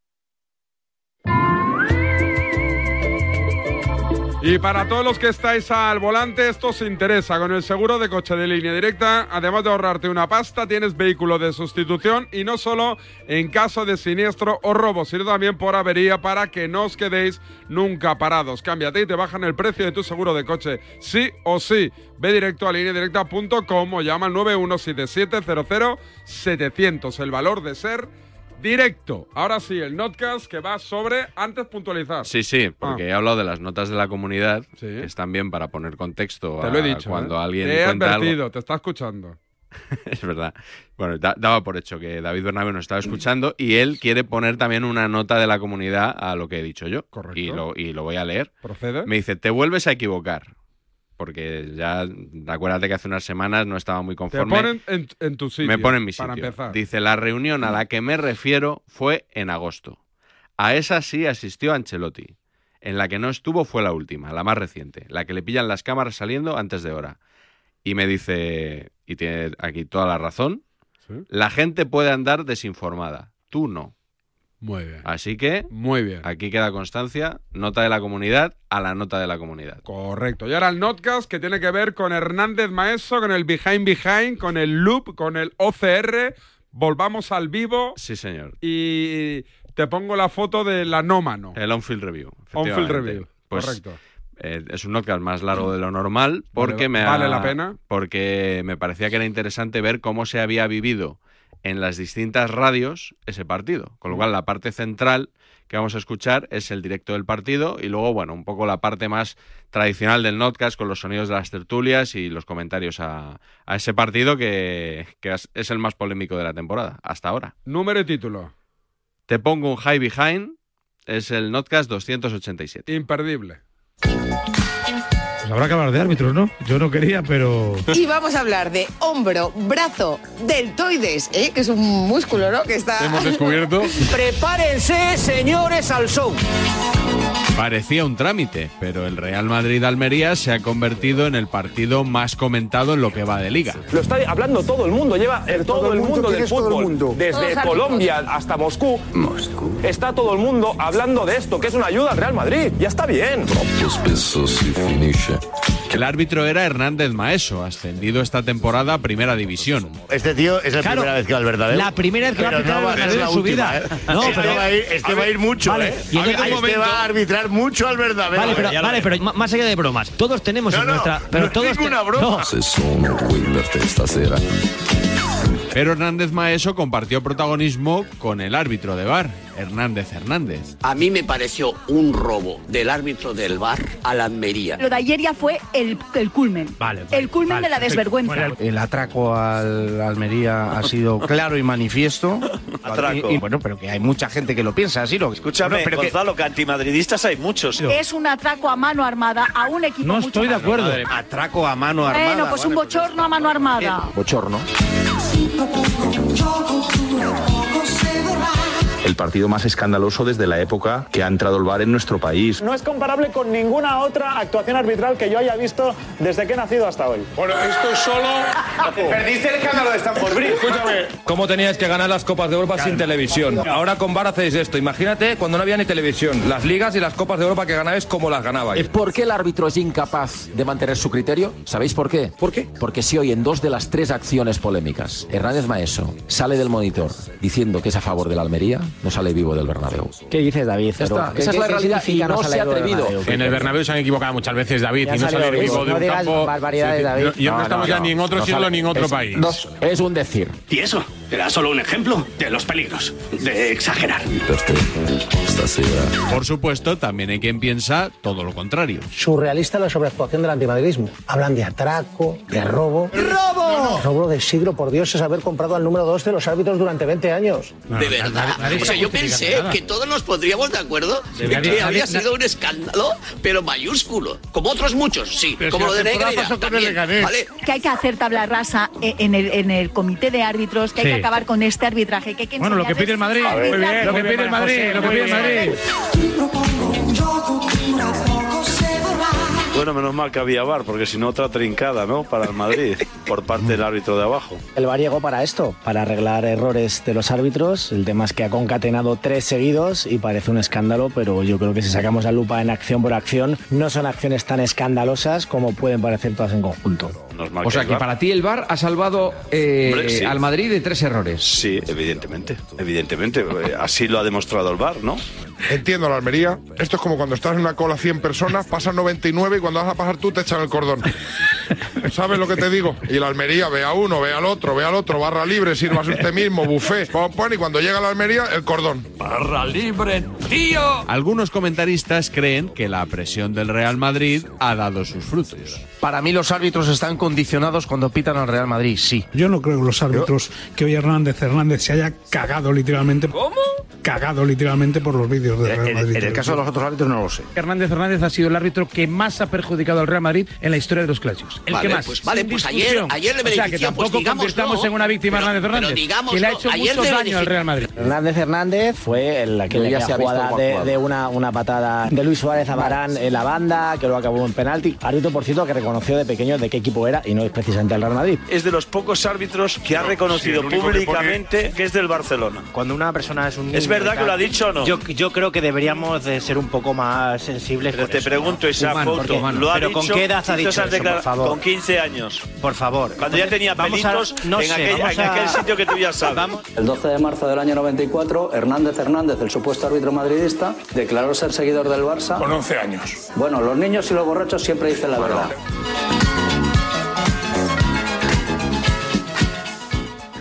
[SPEAKER 14] Y para todos los que estáis al volante, esto os interesa. Con el seguro de coche de línea directa, además de ahorrarte una pasta, tienes vehículo de sustitución y no solo en caso de siniestro o robo, sino también por avería para que no os quedéis nunca parados. Cámbiate y te bajan el precio de tu seguro de coche, sí o sí. Ve directo a lineadirecta.com o llama al 917700700. El valor de ser directo. Ahora sí, el notcast que va sobre antes puntualizar.
[SPEAKER 16] Sí, sí,
[SPEAKER 14] Ah.
[SPEAKER 16] porque he hablado de las notas de la comunidad, que están bien para poner contexto
[SPEAKER 14] Te
[SPEAKER 16] a
[SPEAKER 14] lo he dicho.
[SPEAKER 16] cuando
[SPEAKER 14] ¿eh?
[SPEAKER 16] alguien
[SPEAKER 14] Te he
[SPEAKER 16] cuenta algo.
[SPEAKER 14] advertido, te está escuchando.
[SPEAKER 16] Es verdad. Bueno, da- daba por hecho que David Bernabé nos estaba escuchando y él quiere poner también una nota de la comunidad a lo que he dicho yo. Correcto. Y lo, y lo voy a leer.
[SPEAKER 14] ¿Procede?
[SPEAKER 16] Me dice, te vuelves a equivocar. Porque ya, acuérdate que hace unas semanas no estaba muy
[SPEAKER 14] Te
[SPEAKER 16] conforme.
[SPEAKER 14] ponen en, en tu sitio.
[SPEAKER 16] Me pone en mi sitio.
[SPEAKER 14] Para empezar.
[SPEAKER 16] Dice, la reunión a la que me refiero fue en agosto. A esa sí asistió Ancelotti. En la que no estuvo fue la última, la más reciente, la que le pillan las cámaras saliendo antes de hora. Y me dice, y tiene aquí toda la razón, la gente puede andar desinformada, tú no.
[SPEAKER 14] Muy bien.
[SPEAKER 16] Así que,
[SPEAKER 14] Muy bien.
[SPEAKER 16] aquí queda constancia, nota de la comunidad a la nota de la comunidad.
[SPEAKER 14] Correcto. Y ahora el notcast que tiene que ver con Hernández Maeso, con el behind behind, con el loop, con el OCR. Volvamos al vivo
[SPEAKER 16] Sí, señor.
[SPEAKER 14] y te pongo la foto de la nómano.
[SPEAKER 16] El on-field review.
[SPEAKER 14] On-field
[SPEAKER 16] efectivamente.
[SPEAKER 14] review,
[SPEAKER 16] Pues,
[SPEAKER 14] correcto.
[SPEAKER 16] eh, es un podcast más largo de lo normal porque
[SPEAKER 14] Vale-
[SPEAKER 16] me ha-
[SPEAKER 14] vale la pena.
[SPEAKER 16] Porque me parecía que era interesante ver cómo se había vivido en las distintas radios ese partido.
[SPEAKER 14] Mm.
[SPEAKER 16] Con lo cual, la parte central que vamos a escuchar es el directo del partido y luego, bueno, un poco la parte más tradicional del notcast con los sonidos de las tertulias y los comentarios a, a ese partido que, que es- es el más polémico de la temporada hasta ahora.
[SPEAKER 14] Número y título.
[SPEAKER 16] Te pongo un high behind. Es el Notcast 287.
[SPEAKER 14] Imperdible.
[SPEAKER 30] Pues habrá que hablar de árbitros, ¿no? Yo no quería, pero.
[SPEAKER 31] Y vamos a hablar de hombro, brazo, deltoides, ¿eh? que es un músculo, ¿no? Que está.
[SPEAKER 16] Hemos descubierto.
[SPEAKER 31] Prepárense, señores, al show.
[SPEAKER 16] Parecía un trámite, pero el Real Madrid-Almería se ha convertido en el partido más comentado en lo que va de liga.
[SPEAKER 5] Lo está hablando todo el mundo, lleva el- todo, el mundo, del fútbol, desde Colombia hasta Moscú. Moscú. Está todo el mundo hablando de esto, que es una ayuda al Real Madrid. Ya está bien.
[SPEAKER 16] El árbitro era Hernández Maeso, ascendido esta temporada a Primera División.
[SPEAKER 5] Este tío es la primera vez que va al verdadero.
[SPEAKER 16] La primera vez que va a
[SPEAKER 5] Pero
[SPEAKER 16] pitar al
[SPEAKER 5] no a ser
[SPEAKER 16] Verdadero
[SPEAKER 5] la
[SPEAKER 16] en su
[SPEAKER 5] última,
[SPEAKER 16] vida.
[SPEAKER 5] ¿eh?
[SPEAKER 16] No,
[SPEAKER 5] este
[SPEAKER 16] pero-
[SPEAKER 5] va a ir, este
[SPEAKER 16] a
[SPEAKER 5] va a
[SPEAKER 16] ver,
[SPEAKER 5] ir mucho,
[SPEAKER 16] vale,
[SPEAKER 5] ¿eh?
[SPEAKER 16] y entonces-
[SPEAKER 5] este
[SPEAKER 16] hay-
[SPEAKER 5] va a arbitrar mucho al verdadero. ¿eh?
[SPEAKER 32] Vale, pero, vale, pero ma- más allá de bromas, todos tenemos en nuestra. Pero todos te- no.
[SPEAKER 16] Pero Hernández Maeso compartió protagonismo con el árbitro de bar, Hernández Hernández.
[SPEAKER 33] A mí me pareció un robo del árbitro del bar a la Almería.
[SPEAKER 34] Lo de ayer ya fue el, el culmen. el culmen de la desvergüenza.
[SPEAKER 32] El atraco al Almería ha sido claro y manifiesto.
[SPEAKER 5] Atraco.
[SPEAKER 32] Y, y bueno, pero que hay mucha gente que lo piensa así. Lo,
[SPEAKER 5] Escúchame,
[SPEAKER 32] Bueno, pero que-
[SPEAKER 5] Gonzalo, que antimadridistas hay muchos.
[SPEAKER 34] Es un atraco a mano armada a un equipo. mucho más grande.
[SPEAKER 32] Atraco a mano
[SPEAKER 34] Bueno,
[SPEAKER 32] armada.
[SPEAKER 34] pues un bochorno a mano armada.
[SPEAKER 32] bochorno. El partido más escandaloso desde la época que ha entrado el bar en nuestro país.
[SPEAKER 5] No es comparable con ninguna otra actuación arbitral que yo haya visto desde que he nacido hasta hoy.
[SPEAKER 11] Bueno, esto es solo.
[SPEAKER 5] Perdiste el escándalo de Stamford Bridge. Escúchame.
[SPEAKER 32] ¿Cómo teníais que ganar las Copas de Europa sin televisión? Ahora con VAR hacéis esto. Imagínate cuando no había ni televisión. Las ligas y las Copas de Europa que ganabais, como las ganabais?
[SPEAKER 22] Eh, ¿Por qué el árbitro es incapaz de mantener su criterio? ¿Sabéis por qué? ¿Por qué? Porque si hoy en dos de las tres acciones polémicas, Hernández Maeso sale del monitor diciendo que es a favor de la Almería, no sale vivo del Bernabéu.
[SPEAKER 32] ¿Qué dices, David?
[SPEAKER 22] Ya está, esa es la realidad y no se ha atrevido.
[SPEAKER 35] En el Bernabéu se han equivocado muchas veces, David,
[SPEAKER 22] Ya
[SPEAKER 35] y no
[SPEAKER 22] salió
[SPEAKER 35] salir
[SPEAKER 22] vivo.
[SPEAKER 35] vivo de
[SPEAKER 22] No
[SPEAKER 35] un
[SPEAKER 22] digas
[SPEAKER 35] campo.
[SPEAKER 22] barbaridades,
[SPEAKER 35] Es decir,
[SPEAKER 22] David.
[SPEAKER 35] no- y no,
[SPEAKER 22] No, no,
[SPEAKER 35] estamos ya
[SPEAKER 22] no.
[SPEAKER 35] ni en otro
[SPEAKER 22] No
[SPEAKER 35] siglo
[SPEAKER 22] sale.
[SPEAKER 35] ni en otro
[SPEAKER 22] Es-
[SPEAKER 35] país.
[SPEAKER 22] no, es un decir.
[SPEAKER 32] ¿Y eso?
[SPEAKER 13] Era solo un ejemplo de los peligros de exagerar.
[SPEAKER 16] Por supuesto, también hay quien piensa todo lo contrario.
[SPEAKER 4] Surrealista la sobreactuación del antimadridismo. Hablan de atraco, de robo. ¡Robo! Robo del siglo, por Dios, es haber comprado al número 2 de los árbitros durante 20 años.
[SPEAKER 13] De verdad. O sea, yo pensé que todos nos pondríamos de acuerdo
[SPEAKER 4] Sí,
[SPEAKER 13] en que
[SPEAKER 4] nadie-
[SPEAKER 13] había
[SPEAKER 4] nadie-
[SPEAKER 13] sido un escándalo, pero mayúsculo. Como otros muchos, sí. como lo de Negreira. también, ¿vale?
[SPEAKER 34] Que hay que hacer tabla rasa eh, en el, en el comité de árbitros, que hay
[SPEAKER 36] Sí.
[SPEAKER 34] que acabar con este arbitraje, que hay que
[SPEAKER 36] Bueno, lo que pide el Madrid.
[SPEAKER 34] enseñarles-
[SPEAKER 36] Muy bien, lo que
[SPEAKER 34] Muy bien,
[SPEAKER 36] pide el Madrid, lo que pide el Madrid.
[SPEAKER 8] Bueno, menos mal que había bar, porque si no otra trincada, ¿no? Para el Madrid, por parte del árbitro de abajo.
[SPEAKER 4] El VAR llegó para esto, para arreglar errores de los árbitros. El tema es que ha concatenado tres seguidos y parece un escándalo, pero yo creo que si sacamos la lupa en acción por acción, no son acciones tan escandalosas como pueden parecer todas en conjunto.
[SPEAKER 8] Menos mal
[SPEAKER 37] O sea
[SPEAKER 8] el
[SPEAKER 37] que
[SPEAKER 8] VAR-
[SPEAKER 37] para ti el VAR ha salvado eh,
[SPEAKER 8] Hombre, sí.
[SPEAKER 37] al Madrid de tres errores.
[SPEAKER 8] Sí, evidentemente, evidentemente. eh, Así lo ha demostrado el bar, ¿no?
[SPEAKER 38] Entiendo la Almería. Esto es como cuando estás en una cola 100 personas, pasan 99 y cuando vas a pasar tú te echan el cordón. ¿Sabes lo que te digo? Y la Almería ve a uno, ve al otro, ve al otro, barra libre, sirvas usted mismo, buffet, pon, pon, y cuando llega la Almería, el cordón.
[SPEAKER 16] ¡Barra libre, tío! Algunos comentaristas creen que la presión del Real Madrid ha dado sus frutos.
[SPEAKER 5] Para mí los árbitros están condicionados cuando pitan al Real Madrid, sí.
[SPEAKER 18] Yo no creo que los árbitros, que hoy Hernández Hernández se haya cagado literalmente. ¿Cómo? Cagado literalmente por los vídeos
[SPEAKER 5] Eh,
[SPEAKER 18] de Real Madrid.
[SPEAKER 5] otros árbitros no lo sé.
[SPEAKER 32] Hernández Hernández ha sido el árbitro que más ha perjudicado al Real Madrid en la historia de los clásicos. El
[SPEAKER 13] Vale,
[SPEAKER 32] que más.
[SPEAKER 13] pues vale,
[SPEAKER 32] Sin
[SPEAKER 13] pues ayer,
[SPEAKER 32] discusión.
[SPEAKER 13] ayer le
[SPEAKER 32] O sea,
[SPEAKER 13] benefició,
[SPEAKER 32] que tampoco
[SPEAKER 13] pues digamos
[SPEAKER 32] convirtamos en una víctima a Hernández Hernández, que le ha hecho
[SPEAKER 13] ayer
[SPEAKER 32] mucho
[SPEAKER 13] le
[SPEAKER 32] daño al
[SPEAKER 13] benefició.
[SPEAKER 32] Real Madrid.
[SPEAKER 4] Hernández Hernández fue el,
[SPEAKER 32] Yo ya
[SPEAKER 4] aquella
[SPEAKER 32] se ha visto
[SPEAKER 4] jugada
[SPEAKER 32] cómo ha
[SPEAKER 4] de,
[SPEAKER 32] actuado.
[SPEAKER 4] de una, una patada de Luis Suárez a Barán en la banda, que lo acabó en penalti. Árbitro, por cierto, que reconoció de pequeño de qué equipo era y no es precisamente el Real Madrid.
[SPEAKER 8] Es de los pocos árbitros que ha reconocido
[SPEAKER 18] el único que pone-
[SPEAKER 8] públicamente que, es del Barcelona.
[SPEAKER 18] Cuando una persona es un.
[SPEAKER 8] ¿Es verdad que lo ha dicho o no?
[SPEAKER 18] Mm, Yo, yo creo que deberíamos de ser un poco más sensibles.
[SPEAKER 8] Pero
[SPEAKER 18] con
[SPEAKER 8] te
[SPEAKER 18] eso,
[SPEAKER 8] pregunto,
[SPEAKER 18] ¿no?
[SPEAKER 8] esa foto, ¿lo ha
[SPEAKER 18] Pero
[SPEAKER 8] dicho?
[SPEAKER 18] con qué edad ha
[SPEAKER 8] Estas
[SPEAKER 18] dicho
[SPEAKER 8] han
[SPEAKER 18] eso, por
[SPEAKER 8] declarado-
[SPEAKER 18] favor?
[SPEAKER 8] Con 15 años.
[SPEAKER 18] Por favor.
[SPEAKER 8] Cuando ya tenía
[SPEAKER 18] Vamos a-
[SPEAKER 8] pelitos
[SPEAKER 18] no
[SPEAKER 8] en,
[SPEAKER 18] sé,
[SPEAKER 8] aquel,
[SPEAKER 18] vamos
[SPEAKER 8] en
[SPEAKER 18] a-
[SPEAKER 8] aquel sitio que tú ya sabes.
[SPEAKER 5] El 12 de marzo del año 94, Hernández Hernández, el supuesto árbitro madridista, declaró ser seguidor del Barça. Con 11 años. Bueno, los niños y los borrachos siempre dicen la verdad.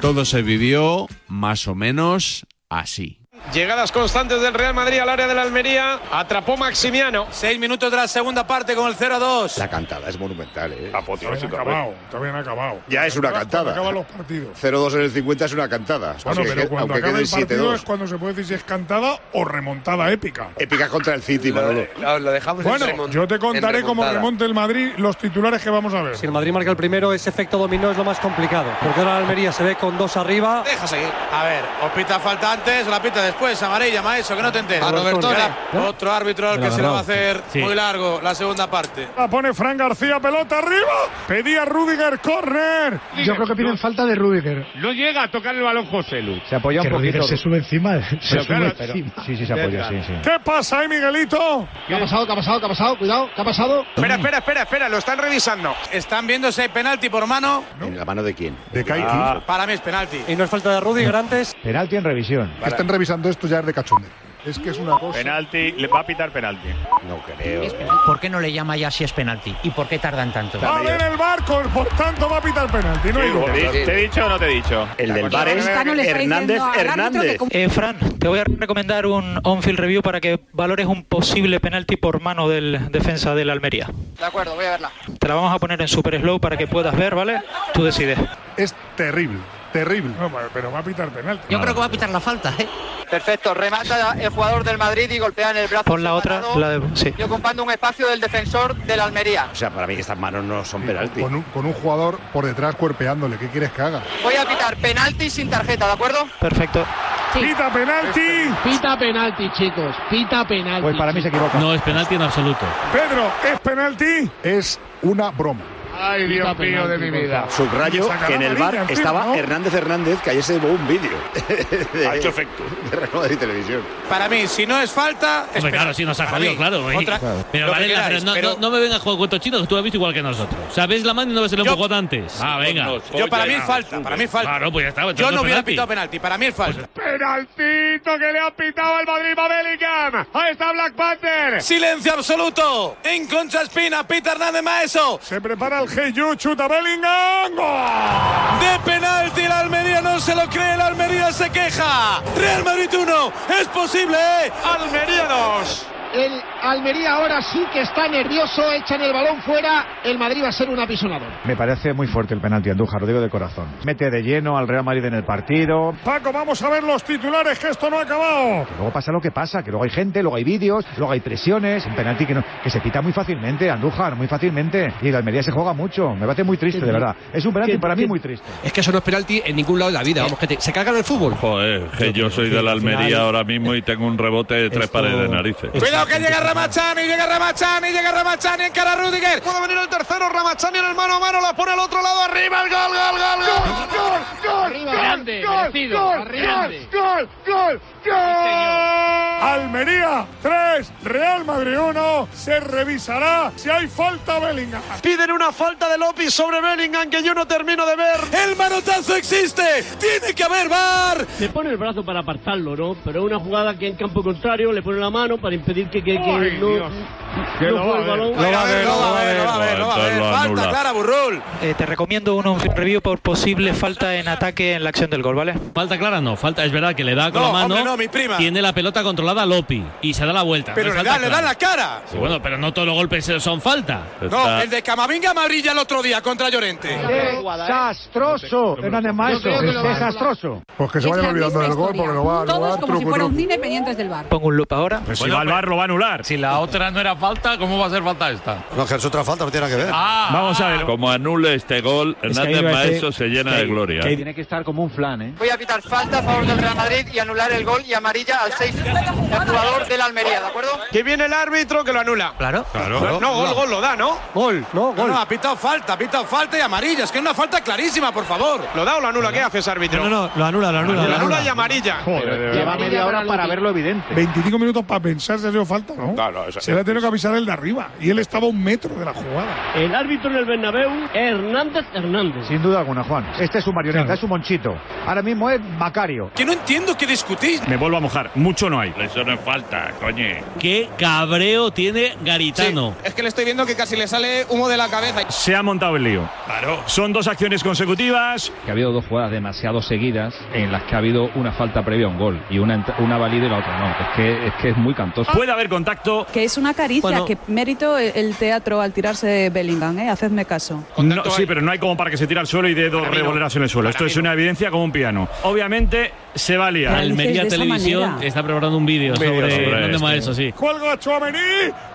[SPEAKER 16] Todo se vivió más o menos así.
[SPEAKER 39] Llegadas constantes del Real Madrid al área de la Almería. Atrapó Maximiano. Seis minutos de la segunda parte con el 0-2.
[SPEAKER 38] La cantada es monumental, ¿eh?
[SPEAKER 18] Todavía no ha acabado, todavía no ha acabado.
[SPEAKER 38] Ya es una cantada.
[SPEAKER 18] Acaban los partidos.
[SPEAKER 38] 0-2 en el 50 es una cantada.
[SPEAKER 18] Bueno,
[SPEAKER 38] aunque
[SPEAKER 18] pero
[SPEAKER 38] que-
[SPEAKER 18] cuando
[SPEAKER 38] aunque
[SPEAKER 18] acabe
[SPEAKER 38] quede
[SPEAKER 18] el partido
[SPEAKER 38] 7-2.
[SPEAKER 18] es cuando se puede decir si es cantada o remontada épica.
[SPEAKER 8] Eh,
[SPEAKER 38] Épica contra el City, Manolo.
[SPEAKER 5] Lo dejamos
[SPEAKER 18] Bueno, yo te contaré cómo remonte el Madrid los titulares que vamos a ver.
[SPEAKER 40] Si el Madrid marca el primero, ese efecto dominó es lo más complicado. Porque ahora la Almería se ve con dos arriba.
[SPEAKER 5] Deja seguir. A ver, os pita falta antes, la pita después, amarilla, maestro, que no te enteres. A
[SPEAKER 18] Robertona,
[SPEAKER 40] ¿Eh?
[SPEAKER 5] otro árbitro al
[SPEAKER 18] Me la
[SPEAKER 5] que se le va a
[SPEAKER 18] agarraba.
[SPEAKER 5] hacer
[SPEAKER 18] Sí.
[SPEAKER 5] muy largo la segunda parte.
[SPEAKER 18] La pone Fran García, pelota arriba. Pedía Rudiger, corner.
[SPEAKER 41] Yo creo que piden falta de Rudiger.
[SPEAKER 40] No llega a tocar el balón José Lu. Se
[SPEAKER 41] Que Rudiger se sube encima. Se
[SPEAKER 40] Pero
[SPEAKER 41] sube
[SPEAKER 40] claro,
[SPEAKER 41] encima.
[SPEAKER 40] pero- sí, sí, se apoya, sí, sí.
[SPEAKER 18] ¿Qué pasa ahí, Miguelito?
[SPEAKER 41] ¿Qué ha pasado? ¿Qué ha pasado? ¿Qué ha pasado? Cuidado, ¿qué ha pasado?
[SPEAKER 5] Espera, espera, espera, espera, lo están revisando. Están viendo si hay penalti por mano.
[SPEAKER 38] ¿En la mano de quién?
[SPEAKER 41] De Kai
[SPEAKER 38] Ah,
[SPEAKER 5] Para mí es penalti.
[SPEAKER 40] Y no es falta de Rudiger antes.
[SPEAKER 41] Penalti en revisión.
[SPEAKER 38] Están
[SPEAKER 41] revisando esto ya es de cachonde.
[SPEAKER 18] Es que es una cosa.
[SPEAKER 41] Penalti, le va a pitar penalti.
[SPEAKER 38] No creo. eh.
[SPEAKER 41] ¿Por qué no le llama ya si es penalti? ¿Y por qué tardan tanto?
[SPEAKER 18] Va a ver el barco, por tanto va a pitar penalti. No hay duda.
[SPEAKER 41] ¿Te he dicho o no te he dicho?
[SPEAKER 38] El del
[SPEAKER 41] bar es
[SPEAKER 42] Esta no le está Hernández diciendo al árbitro Hernández. que com-
[SPEAKER 41] Eh, Fran, te voy a recomendar un on-field review para que valores un posible penalti por mano del defensa del Almería.
[SPEAKER 42] De acuerdo, voy a verla.
[SPEAKER 41] Te la vamos a poner en super slow para que puedas ver, ¿vale? Tú decides.
[SPEAKER 18] Es terrible, terrible. No, pero va a pitar penalti.
[SPEAKER 41] Yo creo que va a pitar la falta, ¿eh?
[SPEAKER 42] Perfecto, remata el jugador del Madrid y golpea en el brazo.
[SPEAKER 41] Pon la otra, la de... Sí.
[SPEAKER 42] Y ocupando un espacio del defensor del Almería.
[SPEAKER 38] O sea, para mí estas manos no son penalti.
[SPEAKER 41] con
[SPEAKER 38] con un jugador por detrás cuerpeándole, ¿qué quieres que haga?
[SPEAKER 42] Voy a pitar penalti sin tarjeta, ¿de acuerdo?
[SPEAKER 41] Perfecto.
[SPEAKER 18] Pita penalti.
[SPEAKER 41] Pita penalti, chicos. Pita penalti. Pues para mí se equivoca.
[SPEAKER 9] No es penalti en absoluto.
[SPEAKER 18] Pedro, ¿es penalti? Es una broma.
[SPEAKER 41] Ay,
[SPEAKER 18] Dios mío de mi vida.
[SPEAKER 38] Subrayo
[SPEAKER 18] Sacará
[SPEAKER 38] que en el
[SPEAKER 18] amarilla
[SPEAKER 38] bar
[SPEAKER 18] encima,
[SPEAKER 38] estaba
[SPEAKER 18] ¿no?
[SPEAKER 38] Hernández Hernández, que ayer se llevó un vídeo.
[SPEAKER 5] Ha hecho
[SPEAKER 38] efecto. De Real Madrid Televisión.
[SPEAKER 5] Para mí, si no es falta. es
[SPEAKER 9] Hombre, claro, sí, nos ha
[SPEAKER 5] Para
[SPEAKER 9] jodido,
[SPEAKER 5] mí,
[SPEAKER 9] claro. eh. güey.
[SPEAKER 5] otra-
[SPEAKER 9] Pero,
[SPEAKER 5] lo que
[SPEAKER 9] Varela, pero
[SPEAKER 5] queráis,
[SPEAKER 9] no,
[SPEAKER 5] pero-
[SPEAKER 9] no- no me vengas a jugar con chinos que tú lo has visto igual que nosotros. O sea, ves la mano y no ves el empujón antes. Ah, venga.
[SPEAKER 5] Yo para mí es falta, para mí es falta.
[SPEAKER 9] Claro, pues ya está.
[SPEAKER 5] Yo
[SPEAKER 9] entonces
[SPEAKER 5] no hubiera
[SPEAKER 9] penalti.
[SPEAKER 5] pitado penalti, para mí es falta.
[SPEAKER 40] Penaltito que le ha pitado al Madrid a Bellingham. Ahí está
[SPEAKER 4] Pues,
[SPEAKER 40] Black Panther.
[SPEAKER 18] eh.
[SPEAKER 5] Silencio absoluto. En concha espina, pita Hernández Maeso.
[SPEAKER 18] Se prepara el Hey chuta Bellingham.
[SPEAKER 39] De penalti el Almería no se lo cree, el Almería se queja. Real Madrid 1, es posible. ¿eh? Almería 2.
[SPEAKER 5] El Almería ahora sí que está nervioso, echan el balón fuera, el Madrid va a ser un apisonador.
[SPEAKER 8] Me parece muy fuerte el penalti Andújar, lo digo de corazón. Mete de lleno al Real Madrid en el partido.
[SPEAKER 18] Paco, vamos a ver los titulares que esto no ha acabado.
[SPEAKER 8] Que Luego pasa lo que pasa, que luego hay gente, luego hay vídeos, luego hay presiones, un penalti que, no- que se pita muy fácilmente, Andújar, muy fácilmente. Y el Almería se juega mucho, me parece muy triste, de verdad. Es un penalti para mí muy triste.
[SPEAKER 32] Es que eso no es penalti en ningún lado de la
[SPEAKER 4] Eh,
[SPEAKER 32] vida. Vamos, gente, se cargan el fútbol.
[SPEAKER 9] Joder, que yo soy de la Almería ahora mismo y tengo un rebote de tres pares de narices.
[SPEAKER 39] Cuidado que llega Ramachani, llega Ramachani, llega Ramachani en cara a Rudiger. Puede venir el tercero, Ramachani en el mano a mano, la pone al otro lado, arriba el gol, gol, gol, gol.
[SPEAKER 5] ¡Gol! ¡Gol!
[SPEAKER 39] Arriba,
[SPEAKER 5] ¡Gol!
[SPEAKER 39] grande,
[SPEAKER 5] ¡Gol!
[SPEAKER 39] merecido,
[SPEAKER 5] ¡Gol!
[SPEAKER 39] arriba, grande.
[SPEAKER 5] ¡Gol! ¡Gol!
[SPEAKER 18] Almería 3, Real Madrid 1. Se revisará si hay falta a Bellingham.
[SPEAKER 39] Piden una falta de López sobre Bellingham que yo no termino de ver. El manotazo existe, tiene que haber bar.
[SPEAKER 4] Se pone el brazo para apartarlo, ¿no? Pero es una jugada que en campo contrario le pone la mano para impedir que, que, que
[SPEAKER 39] Ay,
[SPEAKER 4] no,
[SPEAKER 39] Dios. Que
[SPEAKER 4] no
[SPEAKER 39] lo
[SPEAKER 4] juegue el
[SPEAKER 39] va a ver.
[SPEAKER 4] balón.
[SPEAKER 39] Lo va a ver, lo va a ver, lo va a ver, lo va a ver. Falta
[SPEAKER 4] anula.
[SPEAKER 39] clara, Burrul.
[SPEAKER 41] Eh, te recomiendo un on-field review por posible falta en ataque en la acción del gol, ¿vale?
[SPEAKER 4] Falta clara no, falta es verdad que le da con No, la mano. hombre, no, mi prima. Tiene la pelota controlada a Lopi y se da la vuelta. Pero no es le falta da- le da clara. la cara. Sí, bueno, pero no todos los golpes son falta. Está-
[SPEAKER 39] El de Camavinga amarilla el otro día contra Llorente.
[SPEAKER 5] Eh,
[SPEAKER 8] Desastroso, Hernández
[SPEAKER 39] ¿eh? creo que lo
[SPEAKER 8] es
[SPEAKER 39] va a
[SPEAKER 8] desastroso.
[SPEAKER 43] Pues que se vayan olvidando del gol porque lo va, lo va
[SPEAKER 34] Todos
[SPEAKER 43] a
[SPEAKER 34] como si fuera un
[SPEAKER 43] truco.
[SPEAKER 34] cine pendientes del bar.
[SPEAKER 41] Pongo un loop ahora.
[SPEAKER 43] Pues si va al bar,
[SPEAKER 4] lo va a anular.
[SPEAKER 32] Si la otra no era falta, ¿cómo va a ser falta esta?
[SPEAKER 9] No, que es otra falta, no tiene que ver.
[SPEAKER 32] Ah.
[SPEAKER 9] Vamos a ver. Como anule este gol,
[SPEAKER 8] Es que ahí
[SPEAKER 9] Hernández
[SPEAKER 8] va a
[SPEAKER 9] Maeso se
[SPEAKER 8] ser-
[SPEAKER 9] llena
[SPEAKER 8] que-
[SPEAKER 9] de gloria.
[SPEAKER 8] que tiene que estar como un flan, ¿eh?
[SPEAKER 15] Voy a pitar falta a favor del Real Madrid y anular el gol y amarilla al 6, el jugador del Almería, ¿de acuerdo?
[SPEAKER 39] Que viene el árbitro que lo anula. Claro. No, no, gol, gol lo da, ¿no? Gol, no, gol. No, ha pitado falta, ha pitado falta y amarilla. Es que es una falta clarísima, por favor. ¿Lo da o lo anula? ¿Qué haces, árbitro?
[SPEAKER 32] No, no, lo anula, lo anula.
[SPEAKER 39] Lo anula y amarilla.
[SPEAKER 8] Lleva media hora para verlo evidente.
[SPEAKER 18] 25 minutos para pensar si ha sido falta, ¿no? Se la tiene que avisar el de arriba. Y él estaba a un metro de la jugada.
[SPEAKER 34] El árbitro en el Bernabéu, Hernández Hernández.
[SPEAKER 8] Sin duda alguna, Juan. Este es su marioneta, es su monchito. Ahora mismo es Macario.
[SPEAKER 39] Que no entiendo qué discutís.
[SPEAKER 9] Me vuelvo a mojar, mucho no hay. Eso no es falta, coño.
[SPEAKER 4] Qué cabreo tiene Garitano.
[SPEAKER 39] Es que le estoy viendo que casi le sale humo de la cabeza.
[SPEAKER 44] Se ha montado el lío. Claro. Son dos acciones consecutivas.
[SPEAKER 45] que ha habido dos jugadas demasiado seguidas en las que ha habido una falta previa a un gol y una, ent- una válida y la otra no. Es que es, que es muy cantoso.
[SPEAKER 44] Puede haber contacto.
[SPEAKER 34] Que es una caricia,
[SPEAKER 44] Bueno.
[SPEAKER 34] que mérito el- el teatro al tirarse de Bellingham, ¿eh? Hacedme caso.
[SPEAKER 44] No, sí, pero no hay como para que se tira al suelo y dé dos revoleras en el suelo. Esto es una evidencia como un piano. Obviamente se va a liar.
[SPEAKER 4] Almería Televisión está preparando un vídeo
[SPEAKER 44] Vídeo
[SPEAKER 4] sobre
[SPEAKER 44] sobre
[SPEAKER 4] Hernández
[SPEAKER 44] esto.
[SPEAKER 4] Maeso, sí.
[SPEAKER 18] Juega Chouameni,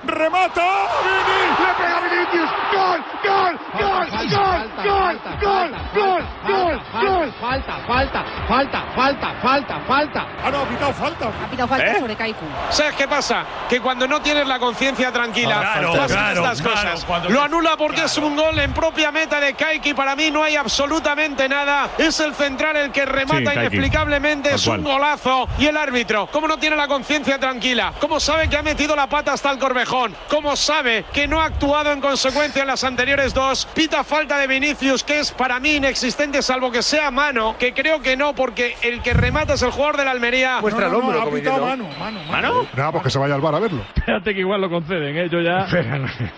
[SPEAKER 18] remata, Vini, le pega a Vinicius, gol, gol,
[SPEAKER 5] ¡Gol! ¡Gol! ¡Gol! ¡Gol! ¡Gol! ¡Gol! ¡Gol! Falta, falta, falta, falta, falta, falta.
[SPEAKER 18] Ah, no, ha pitado falta.
[SPEAKER 34] Ha pitado falta
[SPEAKER 39] ¿Eh?
[SPEAKER 34] sobre Kaiku.
[SPEAKER 39] ¿Sabes qué pasa? Que cuando no tienes la conciencia tranquila,
[SPEAKER 44] Ah, Claro,
[SPEAKER 39] pasan
[SPEAKER 44] claro,
[SPEAKER 39] estas
[SPEAKER 44] claro,
[SPEAKER 39] cosas.
[SPEAKER 44] cuando-
[SPEAKER 39] Lo anula porque es un gol en propia meta de Kaiki. Para mí no hay absolutamente nada. Es el central el que remata
[SPEAKER 44] Kaiki.
[SPEAKER 39] inexplicablemente.
[SPEAKER 44] Tal
[SPEAKER 39] Es un
[SPEAKER 44] cual.
[SPEAKER 39] golazo. Y el árbitro, ¿cómo no tiene la conciencia tranquila? ¿Cómo sabe que ha metido la pata hasta el corvejón? ¿Cómo sabe que no ha actuado en consecuencia en las anteriores dos? Pita falta de Vinicius, que es para mí inexistente, salvo que sea mano, que creo que no, porque el que remata es el jugador del Almería.
[SPEAKER 18] No, no, no, ha pitado mano, mano,
[SPEAKER 39] ¿Ah,
[SPEAKER 18] mano. Nada, pues que se vaya al bar a verlo.
[SPEAKER 45] Espérate que igual lo conceden, ¿eh? Yo ya...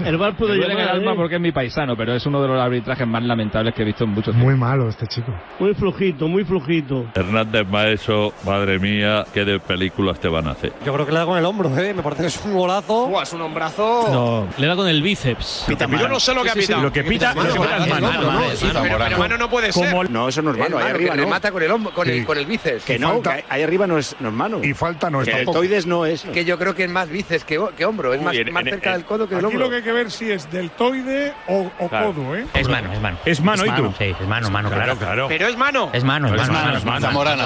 [SPEAKER 34] El bar
[SPEAKER 45] Me duele en el alma porque es mi paisano, pero es uno de los arbitrajes más lamentables que he visto en muchos tiempos. Muy malo este chico.
[SPEAKER 34] Muy flojito, muy flojito.
[SPEAKER 9] Hernández Maeso, madre mía, qué de películas te van a hacer.
[SPEAKER 32] Yo creo que le da con el hombro, ¿eh? Me parece que es un golazo.
[SPEAKER 39] es un hombrazo.
[SPEAKER 4] No, le da con el bíceps.
[SPEAKER 39] Yo no sé lo que ha pitado.
[SPEAKER 44] Lo que pita, lo que pita es mano.
[SPEAKER 39] Pero, pero mano no puede ser.
[SPEAKER 44] Como- Eh,
[SPEAKER 46] No, eso no es mano. Ahí arriba no.
[SPEAKER 39] con el hombro,
[SPEAKER 46] con el- Sí. con el
[SPEAKER 39] bíceps.
[SPEAKER 46] Que no, que ahí arriba no es, no es mano. Y
[SPEAKER 43] falta
[SPEAKER 46] no
[SPEAKER 43] es
[SPEAKER 46] El
[SPEAKER 43] tampoco.
[SPEAKER 46] toides no es.
[SPEAKER 39] Que yo creo que es más bíceps que, hombro.
[SPEAKER 46] es Uy, más- en- más en-
[SPEAKER 18] e
[SPEAKER 46] cerca en- del codo que del
[SPEAKER 18] Aquí
[SPEAKER 46] hombro.
[SPEAKER 18] lo que hay que ver si es deltoide o, o
[SPEAKER 46] Claro.
[SPEAKER 18] codo, ¿eh?
[SPEAKER 47] Es mano, es mano.
[SPEAKER 44] Es mano,
[SPEAKER 47] Es
[SPEAKER 44] ¿y tú?
[SPEAKER 47] mano, Sí, es mano, mano, claro.
[SPEAKER 44] claro.
[SPEAKER 39] Pero es mano.
[SPEAKER 47] Es mano, es mano, es mano, es mano.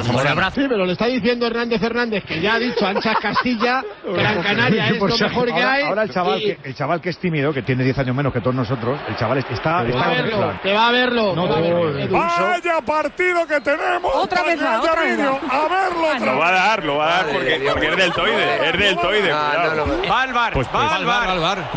[SPEAKER 5] Sí, pero le está diciendo Hernández Hernández, que ya ha dicho Anchas Castilla, Gran Canaria es lo mejor que
[SPEAKER 8] Ahora-
[SPEAKER 5] hay.
[SPEAKER 8] Ahora el chaval,
[SPEAKER 5] y-
[SPEAKER 8] que, el chaval que es tímido, que tiene 10 años menos que todos nosotros, el chaval es- está...
[SPEAKER 5] Que va a
[SPEAKER 8] está en
[SPEAKER 5] verlo,
[SPEAKER 8] plan.
[SPEAKER 5] que va a verlo. que va a verlo.
[SPEAKER 8] no, no.
[SPEAKER 5] Edu.
[SPEAKER 18] ¡Vaya partido que tenemos!
[SPEAKER 5] Otra vez va,
[SPEAKER 18] Vaya
[SPEAKER 5] otra vez
[SPEAKER 18] vídeo.
[SPEAKER 5] va.
[SPEAKER 18] ¡A verlo, Lo va a dar, lo va a dar porque, porque es deltoide. Es deltoide.
[SPEAKER 39] Ah,
[SPEAKER 18] cuidado.
[SPEAKER 39] Va al bar, Pues, va al bar,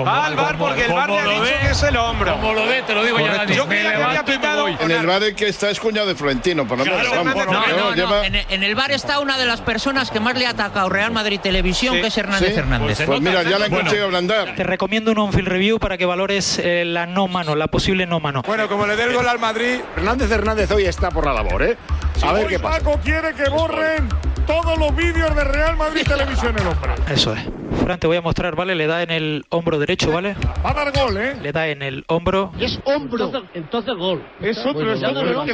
[SPEAKER 39] va al bar porque el bar le ha dicho que es el hombro. Como lo ve, te lo digo
[SPEAKER 48] Correcto.
[SPEAKER 39] Yo creía que había pitado.
[SPEAKER 48] En el bar el que está es cuñado de Florentino, por lo menos.
[SPEAKER 39] Claro,
[SPEAKER 48] vamos,
[SPEAKER 39] no, no,
[SPEAKER 48] ¿no?
[SPEAKER 39] no,
[SPEAKER 41] No,
[SPEAKER 4] eh.
[SPEAKER 48] Lleva-
[SPEAKER 41] en, el- en el bar está una de las personas que más le ha atacado Real Madrid Televisión,
[SPEAKER 48] Sí,
[SPEAKER 41] que es Hernández
[SPEAKER 48] sí.
[SPEAKER 41] Hernández.
[SPEAKER 48] Pues mira, ya la he
[SPEAKER 41] Bueno,
[SPEAKER 48] conseguido ablandar.
[SPEAKER 41] Te recomiendo un on-field review para que valores eh, la no mano, la posible no mano.
[SPEAKER 18] Bueno, como le dé el gol al Madrid.
[SPEAKER 41] Hernández Hernández hoy está por la labor, ¿eh?
[SPEAKER 18] A ver qué pasa. Paco quiere que borren todos los vídeos de Real Madrid Televisión el hombre.
[SPEAKER 41] Eso es. Fran, te voy a mostrar, ¿vale? Le da en el hombro derecho, ¿vale?
[SPEAKER 18] Va a dar gol, ¿eh?
[SPEAKER 41] Le da en el hombro.
[SPEAKER 4] Es hombro. Entonces, gol.
[SPEAKER 18] Es
[SPEAKER 41] otro, es otro.
[SPEAKER 18] No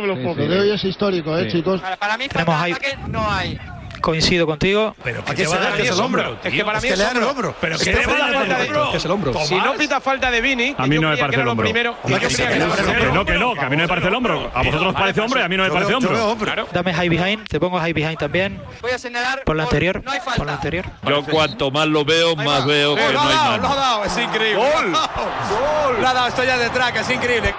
[SPEAKER 18] me lo
[SPEAKER 41] puedo
[SPEAKER 4] Lo de hoy es histórico, ¿eh,
[SPEAKER 41] Sí.
[SPEAKER 4] chicos?
[SPEAKER 41] Para mí, Tenemos ahí. no hay. Coincido contigo. Pero
[SPEAKER 39] que se da que es el hombro,
[SPEAKER 49] Es que para mí es hombro. Pero
[SPEAKER 39] que
[SPEAKER 49] que
[SPEAKER 39] le dan Este el hombro.
[SPEAKER 49] es el hombro.
[SPEAKER 39] Si no pita falta de Vini,
[SPEAKER 9] A mí no me
[SPEAKER 39] que yo creía que
[SPEAKER 9] parece
[SPEAKER 39] era
[SPEAKER 9] el
[SPEAKER 39] lo
[SPEAKER 9] hombro.
[SPEAKER 39] primero.
[SPEAKER 9] Hombre,
[SPEAKER 39] Yo
[SPEAKER 9] que sí,
[SPEAKER 39] creía
[SPEAKER 9] que
[SPEAKER 39] era
[SPEAKER 9] no,
[SPEAKER 39] lo
[SPEAKER 9] que no,
[SPEAKER 39] primero.
[SPEAKER 9] que no, que a mí no me parece el hombro. A vosotros os parece hombre, a mí no me parece hombro.
[SPEAKER 41] Dame high behind, te pongo high behind también. Voy a señalar. Por la anterior. Por la anterior.
[SPEAKER 50] Yo cuanto más lo veo, más veo que no hay mano.
[SPEAKER 49] Lo ha dado, es increíble.
[SPEAKER 50] Gol.
[SPEAKER 49] Lo ha dado. Lo ha dado, estoy ya detrás, que es increíble.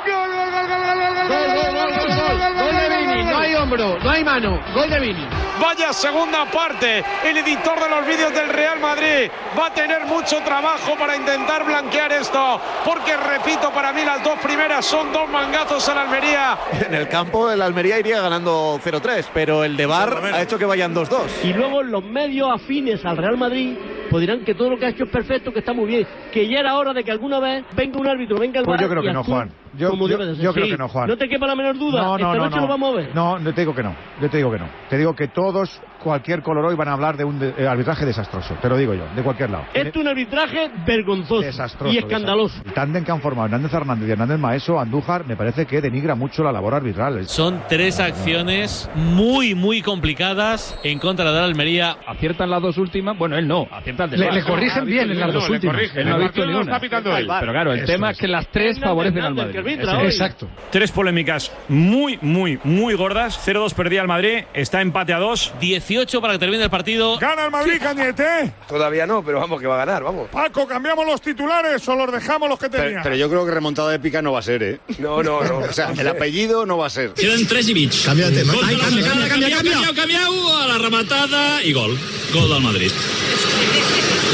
[SPEAKER 36] Gol de Vini, no hay hombro, no hay mano. Gol de Vini.
[SPEAKER 39] Vaya segunda parte. El editor de los vídeos del Real Madrid va a tener mucho trabajo para intentar blanquear esto. Porque repito, para mí las dos primeras son dos mangazos en Almería.
[SPEAKER 51] En el campo, el Almería iría ganando 0-3, pero el de Bar ha hecho que vayan 2-2.
[SPEAKER 4] Y luego los medios afines al Real Madrid pues dirán que todo lo que ha hecho es perfecto, que está muy bien, que ya era hora de que alguna vez venga un árbitro, venga el
[SPEAKER 8] Pues
[SPEAKER 4] VAR
[SPEAKER 8] yo creo
[SPEAKER 4] y
[SPEAKER 8] que no,
[SPEAKER 4] actúe
[SPEAKER 8] Juan. Yo,
[SPEAKER 4] como
[SPEAKER 8] yo-
[SPEAKER 4] debe de ser.
[SPEAKER 8] yo creo
[SPEAKER 4] Sí.
[SPEAKER 8] que no, Juan.
[SPEAKER 4] No te quepa ¿Este la menor duda,
[SPEAKER 8] No, no,
[SPEAKER 4] esta
[SPEAKER 8] no,
[SPEAKER 4] noche
[SPEAKER 8] no.
[SPEAKER 4] lo vamos a ver.
[SPEAKER 8] No, no te digo que no. Yo te digo que no. Te digo que todos, cualquier color hoy, van a hablar de un de- eh, arbitraje desastroso. Te lo digo yo, de cualquier lado.
[SPEAKER 4] Esto es un arbitraje vergonzoso
[SPEAKER 8] Desastroso,
[SPEAKER 4] y escandaloso.
[SPEAKER 8] El tándem que han formado Hernández Hernández y Hernández Maeso, Andújar, me parece que denigra mucho la labor arbitral.
[SPEAKER 12] Son tres acciones muy, muy complicadas en contra de la Almería. Aciertan las dos últimas. Bueno, él no. Aciertan
[SPEAKER 52] Le, le corrigen bien en las dos últimas. Él no ha visto ninguna. Pero claro, el tema es que las tres favorecen al Madrid. Ese es-
[SPEAKER 9] Tres polémicas muy, muy, muy gordas. 0-2 perdía al Madrid. Está empate a 2.
[SPEAKER 12] 18 para que termine el partido.
[SPEAKER 9] ¡Gana el
[SPEAKER 18] Madrid, Cañete.
[SPEAKER 51] Todavía no, pero vamos, que va a ganar, vamos.
[SPEAKER 18] Paco, cambiamos los titulares o los dejamos los que
[SPEAKER 48] Pero,
[SPEAKER 18] tenías.
[SPEAKER 48] pero yo creo que remontada épica no va a ser, ¿eh? No, no, no. o sea, el apellido no va a ser.
[SPEAKER 53] Cámbiate,
[SPEAKER 48] Gol,
[SPEAKER 53] Ay, cambia, cambia, cambia, cambia.
[SPEAKER 12] cambiado a la rematada y gol. Gol del Madrid.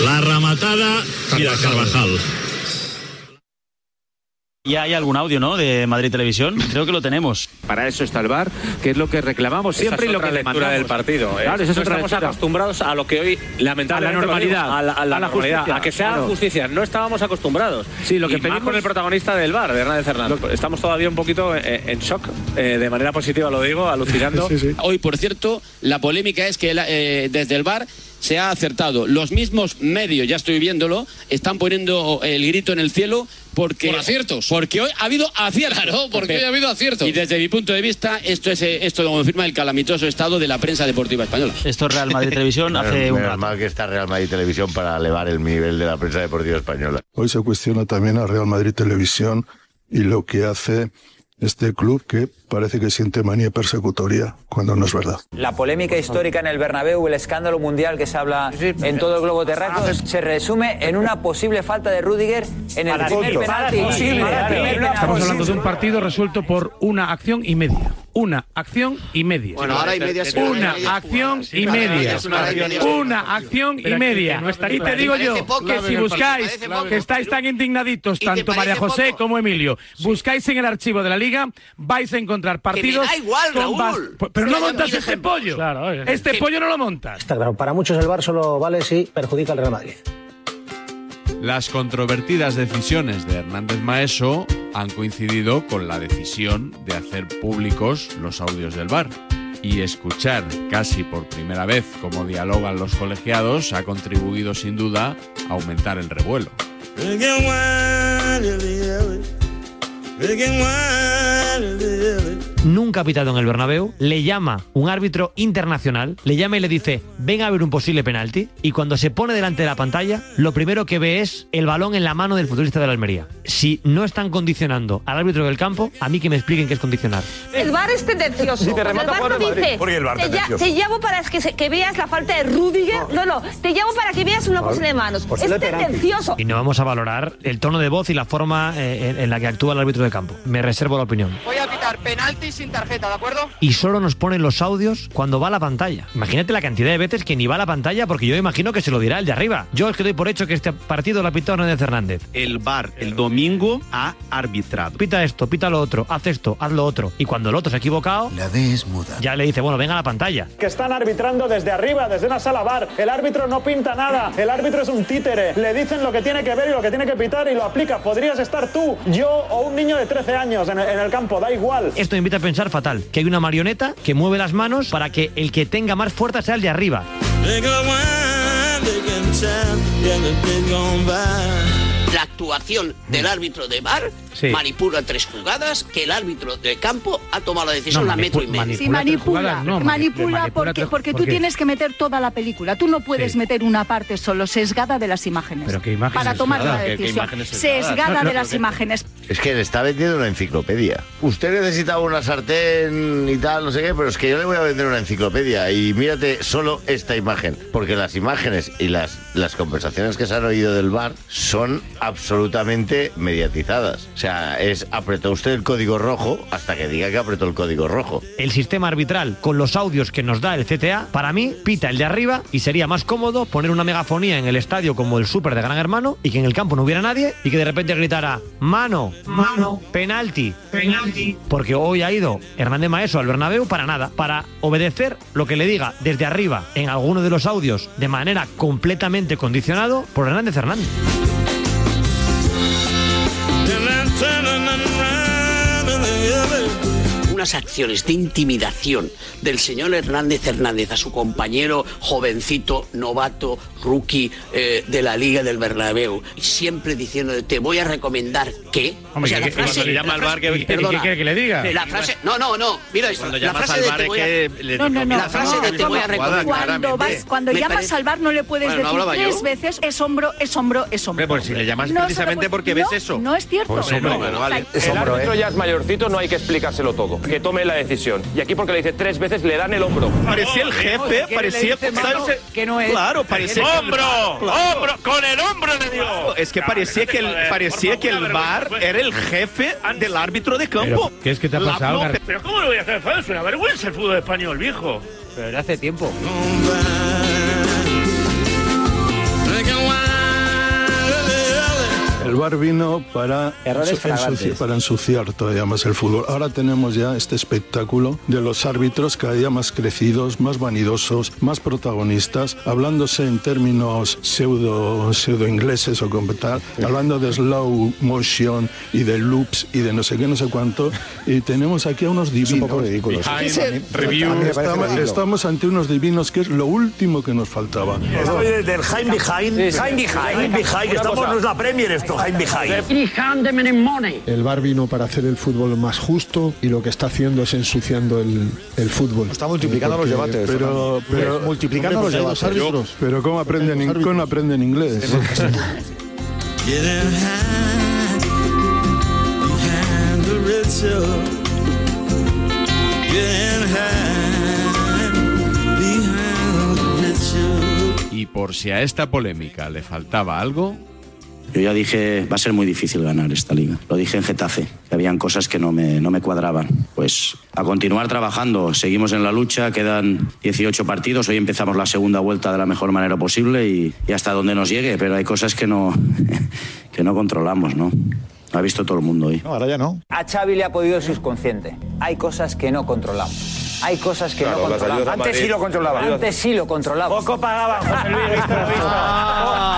[SPEAKER 12] La rematada. Mira, Carvajal.
[SPEAKER 54] Ya hay algún audio, ¿no? De Madrid Televisión. Creo que lo tenemos. Para eso está el VAR, que es lo que reclamamos siempre
[SPEAKER 55] Esa es
[SPEAKER 54] y lo
[SPEAKER 55] otra
[SPEAKER 54] que
[SPEAKER 55] lectura
[SPEAKER 54] demandamos.
[SPEAKER 55] del partido. ¿eh?
[SPEAKER 54] Claro, esa es
[SPEAKER 55] No
[SPEAKER 54] otra
[SPEAKER 55] estamos
[SPEAKER 54] lectura.
[SPEAKER 55] acostumbrados a lo que hoy lamentablemente
[SPEAKER 54] A la normalidad.
[SPEAKER 55] a la, a la
[SPEAKER 54] A la
[SPEAKER 55] normalidad,
[SPEAKER 54] justicia,
[SPEAKER 55] a que sea
[SPEAKER 54] claro.
[SPEAKER 55] justicia. No estábamos acostumbrados.
[SPEAKER 54] Sí, lo que
[SPEAKER 55] y más
[SPEAKER 54] pedimos-
[SPEAKER 55] con el protagonista del bar, de Hernández Hernández. Estamos todavía un poquito eh, en shock, eh, de manera positiva lo digo, alucinando.
[SPEAKER 56] Hoy, por cierto, la polémica es que la- eh, desde el bar se ha acertado. Los mismos medios, ya estoy viéndolo, están poniendo el grito en el cielo porque
[SPEAKER 55] Por
[SPEAKER 56] aciertos. Porque hoy ha habido aciertos,
[SPEAKER 55] Claro,
[SPEAKER 56] porque hoy ha habido
[SPEAKER 55] aciertos.
[SPEAKER 56] Y desde mi punto de vista, esto es eh, esto lo confirma el calamitoso estado de la prensa deportiva española.
[SPEAKER 54] Esto es Real Madrid Televisión hace
[SPEAKER 44] Menos
[SPEAKER 54] un rato.
[SPEAKER 44] mal que está Real Madrid Televisión para elevar el nivel de la prensa deportiva española.
[SPEAKER 12] Hoy se cuestiona también a Real Madrid Televisión y lo que hace este club que parece que siente manía persecutoria cuando no es verdad.
[SPEAKER 57] La polémica histórica en el Bernabéu, el escándalo mundial que se habla en todo el globo terráqueo, se resume en una posible falta de Rudiger en el
[SPEAKER 5] Para
[SPEAKER 57] primer
[SPEAKER 5] fondo.
[SPEAKER 57] penalti. En el
[SPEAKER 5] Para fondo.
[SPEAKER 57] primer penalti.
[SPEAKER 5] Estamos hablando de un partido resuelto por una acción y media. Una acción y media.
[SPEAKER 58] Bueno, ahora y media sí.
[SPEAKER 5] Una
[SPEAKER 58] Ahora y media
[SPEAKER 5] acción
[SPEAKER 58] sí.
[SPEAKER 5] y
[SPEAKER 58] Ahora y media
[SPEAKER 5] media.
[SPEAKER 58] es una acción y media.
[SPEAKER 5] Una acción y
[SPEAKER 58] Pero que-
[SPEAKER 5] media.
[SPEAKER 58] que no está
[SPEAKER 5] Y te
[SPEAKER 58] claro.
[SPEAKER 5] digo
[SPEAKER 58] Parece
[SPEAKER 51] yo
[SPEAKER 5] yo
[SPEAKER 51] poco,
[SPEAKER 5] que
[SPEAKER 51] pero
[SPEAKER 5] si
[SPEAKER 51] parece
[SPEAKER 5] buscáis,
[SPEAKER 51] poco.
[SPEAKER 5] que estáis tan indignaditos,
[SPEAKER 51] Y te
[SPEAKER 5] tanto María
[SPEAKER 51] parece
[SPEAKER 5] José
[SPEAKER 51] poco.
[SPEAKER 5] como Emilio, buscáis en el archivo de la Liga, vais a encontrar partidos.
[SPEAKER 51] da igual,
[SPEAKER 5] con bas-
[SPEAKER 51] Raúl.
[SPEAKER 5] Pero
[SPEAKER 51] Que
[SPEAKER 5] no
[SPEAKER 51] haya
[SPEAKER 5] montas
[SPEAKER 51] habido
[SPEAKER 5] este
[SPEAKER 51] ejemplos.
[SPEAKER 5] pollo.
[SPEAKER 51] Claro, oye.
[SPEAKER 5] Este
[SPEAKER 51] Que-
[SPEAKER 5] pollo no lo montas.
[SPEAKER 59] Está claro, para muchos el bar solo vale si perjudica al Real Madrid.
[SPEAKER 16] Las controvertidas decisiones de Hernández Maeso han coincidido con la decisión de hacer públicos los audios del bar. Y escuchar casi por primera vez cómo dialogan los colegiados ha contribuido sin duda a aumentar el revuelo.
[SPEAKER 32] Nunca ha pitado en el Bernabéu, le llama un árbitro internacional, le llama y le dice, ven a ver un posible penalti, y cuando se pone delante de la pantalla, lo primero que ve es el balón en la mano del futbolista de la Almería. Si no están condicionando al árbitro del campo, a mí que me expliquen qué es condicionar.
[SPEAKER 1] El bar es tendencioso.
[SPEAKER 32] Si te
[SPEAKER 1] O sea, el
[SPEAKER 32] remata,
[SPEAKER 1] bar no
[SPEAKER 32] juega el Madrid.
[SPEAKER 1] dice.
[SPEAKER 32] ¿Por qué el VAR
[SPEAKER 1] te, lla-
[SPEAKER 32] tendencioso?
[SPEAKER 1] te llamo para que, se- que veas la falta de Rudiger. No, no. Te llamo para que veas una posible de manos.
[SPEAKER 32] Posible
[SPEAKER 1] Es
[SPEAKER 32] penalti.
[SPEAKER 1] tendencioso.
[SPEAKER 32] Y no vamos a valorar el tono de voz y la forma eh, en, en la que actúa el árbitro de campo. Me reservo la opinión.
[SPEAKER 44] Voy a pitar penalti
[SPEAKER 15] penalti sin tarjeta, ¿de acuerdo?
[SPEAKER 32] y solo nos ponen los audios cuando va a la pantalla. Imagínate la cantidad de veces que ni va a la pantalla porque yo imagino que se lo dirá el de arriba. Yo es que doy por hecho que este partido lo ha pitado Hernández Hernández.
[SPEAKER 60] El VAR el domingo ha arbitrado.
[SPEAKER 32] Pita esto, pita lo otro, haz esto, haz lo otro. Y cuando el otro se ha equivocado, la D es muda. Ya le dice, bueno, venga a la pantalla.
[SPEAKER 8] Que están arbitrando desde arriba, desde una sala bar. El árbitro no pinta nada. El árbitro es un títere. Le dicen lo que tiene que ver y lo que tiene que pitar y lo aplica. Podrías estar tú, yo o un niño de 13 años en el, en el campo, da igual.
[SPEAKER 32] Esto me invita a pensar fatal, que hay una marioneta que mueve las manos para que el que tenga más fuerza sea el de arriba.
[SPEAKER 4] La actuación del árbitro de bar
[SPEAKER 32] Sí.
[SPEAKER 4] manipula tres jugadas que el árbitro de campo ha tomado la decisión
[SPEAKER 34] No,
[SPEAKER 4] a metro y
[SPEAKER 34] manipu-
[SPEAKER 4] medio.
[SPEAKER 34] Sí, manipula, manipula, porque, porque tú tienes que meter toda la película. Tú no puedes
[SPEAKER 4] Sí.
[SPEAKER 34] meter una parte solo sesgada de las imágenes.
[SPEAKER 44] Pero qué imágenes
[SPEAKER 34] Para tomar
[SPEAKER 44] sesgadas.
[SPEAKER 34] la
[SPEAKER 44] ¿Qué- qué
[SPEAKER 34] decisión.
[SPEAKER 44] imágenes sesgadas?
[SPEAKER 34] Sesgada
[SPEAKER 44] No, no,
[SPEAKER 34] de las
[SPEAKER 44] porque-
[SPEAKER 34] imágenes.
[SPEAKER 44] Es que le está vendiendo una enciclopedia. Usted necesitaba una sartén y tal, no sé qué, pero es que yo le voy a vender una enciclopedia. Y mírate solo esta imagen, porque las imágenes y las, las conversaciones que se han oído del bar son absolutamente mediatizadas. O sea, es apretó usted el código rojo hasta que diga que apretó el código rojo.
[SPEAKER 32] El sistema arbitral con los audios que nos da el CTA, para mí, pita el de arriba y sería más cómodo poner una megafonía en el estadio como el Super de Gran Hermano y que en el campo no hubiera nadie y que de repente gritara mano, mano, penalti, penalti. Porque hoy ha ido Hernández Maeso al Bernabéu para nada, para obedecer lo que le diga desde arriba en alguno de los audios de manera completamente condicionado por Hernández Hernández.
[SPEAKER 4] Unas acciones de intimidación del señor Hernández Hernández a su compañero jovencito, novato, rookie eh, de la Liga del Bernabéu, siempre diciendo te voy a recomendar que...
[SPEAKER 5] Hombre, que- que cuando le llama al VAR, que- que- que- que- que le diga.
[SPEAKER 4] La frase... No, no, no, mira esto.
[SPEAKER 5] Cuando
[SPEAKER 4] la
[SPEAKER 5] llamas
[SPEAKER 4] frase
[SPEAKER 5] al
[SPEAKER 4] de
[SPEAKER 5] VAR
[SPEAKER 4] te
[SPEAKER 5] es
[SPEAKER 4] voy a...
[SPEAKER 5] que le
[SPEAKER 4] no, no, la frase de te voy a recomendar...
[SPEAKER 34] Cuando, vas, cuando
[SPEAKER 4] Me
[SPEAKER 34] llamas
[SPEAKER 4] parece-
[SPEAKER 34] al bar no le puedes
[SPEAKER 5] Bueno, ¿no
[SPEAKER 34] decir
[SPEAKER 5] hablaba yo?
[SPEAKER 34] tres veces es hombro, es hombro, es hombro.
[SPEAKER 5] Hombre, pues si le llamas
[SPEAKER 34] No se lo
[SPEAKER 5] precisamente
[SPEAKER 34] puedes-
[SPEAKER 5] porque
[SPEAKER 34] no,
[SPEAKER 5] ves eso.
[SPEAKER 34] No es cierto.
[SPEAKER 5] Pues hombre,
[SPEAKER 34] No,
[SPEAKER 5] bueno,
[SPEAKER 34] no,
[SPEAKER 5] vale.
[SPEAKER 34] o sea,
[SPEAKER 13] El
[SPEAKER 8] ¿eh?
[SPEAKER 13] árbitro ya es mayorcito, no hay que explicárselo todo. Que tome la decisión. Y aquí porque le dice tres veces le dan el hombro.
[SPEAKER 5] Parecía el jefe, parecía. pues, ¿sabes? Claro, parecía. Claro.
[SPEAKER 12] ¡Con el hombro le digo!
[SPEAKER 5] Es que parecía que el, parecía que el VAR
[SPEAKER 12] pues.
[SPEAKER 5] era el jefe del árbitro de campo.
[SPEAKER 44] ¿Qué es que te ha pasado, Gar-
[SPEAKER 12] Pero ¿cómo lo voy a hacer falso? Una vergüenza el fútbol español, viejo.
[SPEAKER 44] Pero era hace tiempo.
[SPEAKER 34] El bar vino para,
[SPEAKER 13] Errores
[SPEAKER 34] ensu-
[SPEAKER 13] flagrantes.
[SPEAKER 34] ensuci- para ensuciar todavía más el fútbol. Ahora tenemos ya este espectáculo de los árbitros cada día más crecidos, más vanidosos, más protagonistas, hablándose en términos pseudo, pseudo ingleses o como tal, hablando de slow motion y de loops y de no sé qué, no sé cuánto. Y tenemos aquí a unos divinos.
[SPEAKER 44] ridículos. Behind review.
[SPEAKER 34] Estamos-
[SPEAKER 44] Me parece
[SPEAKER 34] Estamos,
[SPEAKER 44] ridículo.
[SPEAKER 34] ante unos divinos que es lo último que nos faltaba.
[SPEAKER 20] Estoy desde el Heim Behind.
[SPEAKER 34] Sí, sí.
[SPEAKER 20] Heim Behind. Heim Behind.
[SPEAKER 34] Una
[SPEAKER 20] Estamos,
[SPEAKER 34] cosa.
[SPEAKER 20] no es la Premier esto, Heim Behind.
[SPEAKER 18] El bar vino para hacer el fútbol más justo y lo que está haciendo es ensuciando el, el fútbol. Está
[SPEAKER 34] multiplicando los
[SPEAKER 18] Pero,
[SPEAKER 34] debates, Fernando.
[SPEAKER 18] pero
[SPEAKER 34] Hombre, multiplicando
[SPEAKER 18] hombre,
[SPEAKER 34] los
[SPEAKER 18] pues hay
[SPEAKER 34] debates.
[SPEAKER 18] dos árbitros.
[SPEAKER 34] Pero ¿cómo aprenden, in- cómo aprenden inglés?
[SPEAKER 36] Y por si a esta polémica le faltaba algo,
[SPEAKER 13] Yo ya dije, va a ser muy difícil ganar esta liga. Lo dije en Getafe, que habían cosas que no me, no me cuadraban. Pues a continuar trabajando, seguimos en la lucha, quedan 18 partidos, hoy empezamos la segunda vuelta de la mejor manera posible y, y hasta donde nos llegue, pero hay cosas que no, que no controlamos, ¿no? Lo ha visto todo el mundo hoy.
[SPEAKER 18] ahora ya no.
[SPEAKER 14] A Xavi le ha podido el subconsciente. Hay cosas que no controlamos. Hay cosas que
[SPEAKER 13] Claro,
[SPEAKER 14] no
[SPEAKER 13] las
[SPEAKER 14] controlamos.
[SPEAKER 13] ayudas a Madrid. Las ayudas.
[SPEAKER 14] Antes sí lo controlaba. Poco pagaban, José Luis.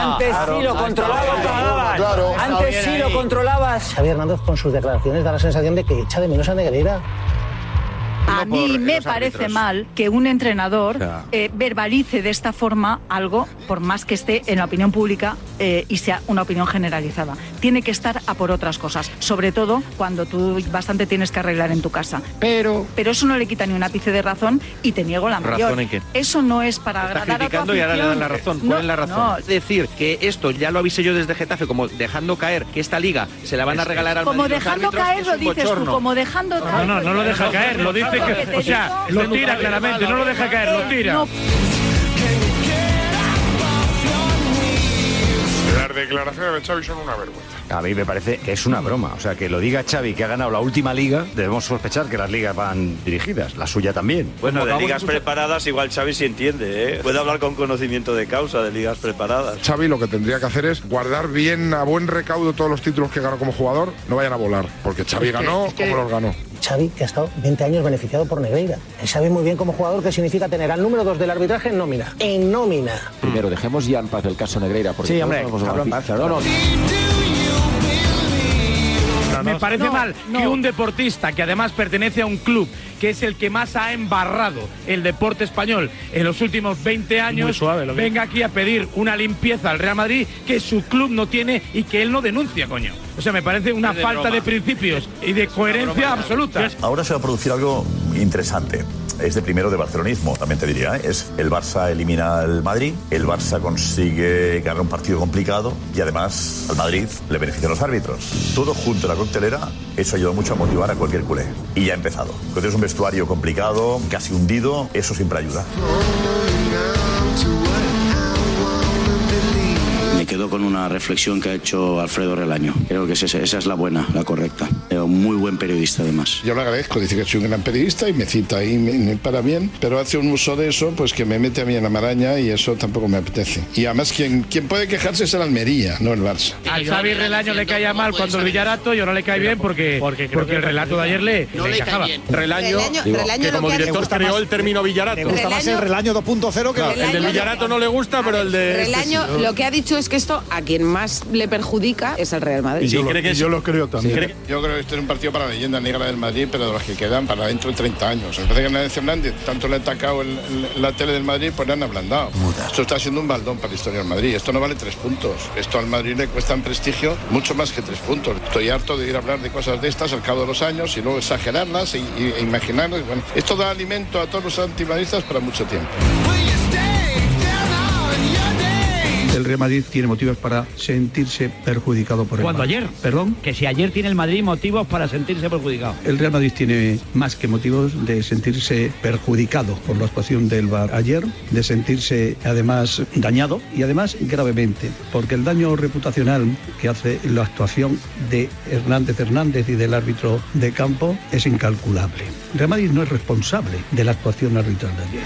[SPEAKER 14] Antes sí lo controlabas. Antes sí lo controlabas.
[SPEAKER 18] Xavier Hernández con sus declaraciones da la sensación de que echa de menos a Negreira.
[SPEAKER 34] A mí me parece mal que un entrenador
[SPEAKER 18] Claro.
[SPEAKER 34] eh, verbalice de esta forma algo, por más que esté en la opinión pública eh, y sea una opinión generalizada. Tiene que estar a por otras cosas, sobre todo cuando tú bastante tienes que arreglar en tu casa. Pero, pero eso no le quita ni un ápice de razón y te niego la
[SPEAKER 61] ¿Razón
[SPEAKER 34] mayor.
[SPEAKER 61] en qué?
[SPEAKER 34] Eso no es para
[SPEAKER 61] Está
[SPEAKER 34] agradar a tu
[SPEAKER 61] criticando y ahora le dan la
[SPEAKER 34] afición.
[SPEAKER 61] razón. ¿Cuál es la
[SPEAKER 34] No,
[SPEAKER 61] razón?
[SPEAKER 34] no,
[SPEAKER 61] Es decir, que esto Pues ya lo avisé yo desde Getafe, como dejando caer que esta liga se la van a regalar al
[SPEAKER 34] Como
[SPEAKER 61] Madrid los
[SPEAKER 34] dejando
[SPEAKER 61] árbitros,
[SPEAKER 34] caer
[SPEAKER 61] es
[SPEAKER 34] lo
[SPEAKER 61] un
[SPEAKER 34] dices tú,
[SPEAKER 61] bochorno.
[SPEAKER 34] como dejando
[SPEAKER 41] No, no, no lo deja caer, lo dice que. O sea, lo tira claramente, no lo deja caer, lo tira.
[SPEAKER 34] No.
[SPEAKER 11] El
[SPEAKER 62] declaraciones de Xavi son una vergüenza.
[SPEAKER 63] A mí me parece que es una broma. O sea, que lo diga Xavi, que ha ganado la última liga, debemos sospechar que las ligas van dirigidas, la suya también.
[SPEAKER 9] Bueno, de
[SPEAKER 63] Acabamos
[SPEAKER 9] ligas
[SPEAKER 63] escuchar-
[SPEAKER 9] preparadas igual Xavi sí entiende, ¿eh? Puede hablar con conocimiento de causa de ligas preparadas.
[SPEAKER 38] Xavi lo que tendría que hacer es guardar bien a buen recaudo todos los títulos que ganó como jugador, no vayan a volar, porque Xavi
[SPEAKER 64] Es que-
[SPEAKER 38] ganó
[SPEAKER 64] es que-
[SPEAKER 38] como los ganó.
[SPEAKER 64] Xavi, que ha estado 20 años beneficiado por Negreira. Él sabe muy bien como jugador qué significa tener al número 2 del arbitraje en nómina. En nómina.
[SPEAKER 22] Primero, dejemos ya en paz el caso Negreira. Porque
[SPEAKER 64] Sí,
[SPEAKER 22] todos
[SPEAKER 64] hombre,
[SPEAKER 22] vamos a
[SPEAKER 64] cabrón.
[SPEAKER 22] beneficiar. No, no,
[SPEAKER 5] Me parece
[SPEAKER 38] No,
[SPEAKER 5] mal
[SPEAKER 38] no.
[SPEAKER 5] que un deportista que además pertenece a un club que es el que más ha embarrado el deporte español en los últimos 20 años
[SPEAKER 39] suave lo que-
[SPEAKER 5] venga aquí a pedir una limpieza al Real Madrid que su club no tiene y que él no denuncia, coño. O sea, me parece una
[SPEAKER 39] Es de
[SPEAKER 5] falta
[SPEAKER 39] broma.
[SPEAKER 5] de principios y de coherencia absoluta.
[SPEAKER 8] Ahora se va a producir algo interesante. Es de primero de barcelonismo, también te diría. ¿eh? Es el Barça elimina al Madrid, el Barça consigue ganar un partido complicado y además al Madrid le benefician los árbitros. Todo junto a la coctelera, eso ayuda mucho a motivar a cualquier culé. Y ya ha empezado. Cuando tienes un vestuario complicado, casi hundido, eso siempre ayuda.
[SPEAKER 13] Me quedo con una reflexión que ha hecho Alfredo Relaño. Creo que es esa, esa es la buena, la correcta. Eh, Un muy buen periodista, además.
[SPEAKER 48] Yo le agradezco, dice que soy un gran periodista y me cita ahí me- me para bien, pero hace un uso de eso, pues que me mete a mí en la maraña y eso tampoco me apetece. Y además, quien, quien puede quejarse es el Almería, no el Barça.
[SPEAKER 5] Al Xavi Relaño le caía mal cuando el Villarato y ahora le cae bien porque, porque, el relato de ayer le, le encajaba.
[SPEAKER 65] Relaño,
[SPEAKER 5] Digo,
[SPEAKER 65] que como director creó el término Villarato.
[SPEAKER 66] Le gusta más el Relaño 2.0 que
[SPEAKER 65] Claro,
[SPEAKER 66] el-
[SPEAKER 65] el del Villarato no le gusta, pero el de. este
[SPEAKER 67] Relaño
[SPEAKER 65] sí, ¿no?
[SPEAKER 67] lo que ha dicho es que esto a quien más le perjudica es al Real Madrid.
[SPEAKER 38] lo creo
[SPEAKER 48] también. Yo creo que este es un partido para la leyenda negra del Madrid, pero de los que quedan para dentro de 30 años. Me parece que Hernández Hernández, tanto le ha atacado el- el- la tele del Madrid, pues le han ablandado. Esto está siendo un baldón para la historia del Madrid. Esto no vale tres puntos. Esto al Madrid le cuesta en prestigio mucho más que tres puntos. Estoy harto de ir a hablar de cosas de estas al cabo de los años y luego exagerarlas e, e- e imaginarlas. Bueno, esto da alimento a todos los antimadridistas para mucho tiempo. El Real Madrid tiene motivos para sentirse perjudicado por el
[SPEAKER 68] ¿Cuándo
[SPEAKER 48] Madrid.
[SPEAKER 68] ayer?
[SPEAKER 48] Perdón.
[SPEAKER 68] Que si ayer tiene el Madrid motivos para sentirse perjudicado.
[SPEAKER 48] El Real Madrid tiene más que motivos de sentirse perjudicado por la actuación del VAR ayer, de sentirse además dañado y además gravemente, porque el daño reputacional que hace la actuación de Hernández Hernández y del árbitro de campo es incalculable. El Real Madrid no es responsable de la actuación arbitral de ayer.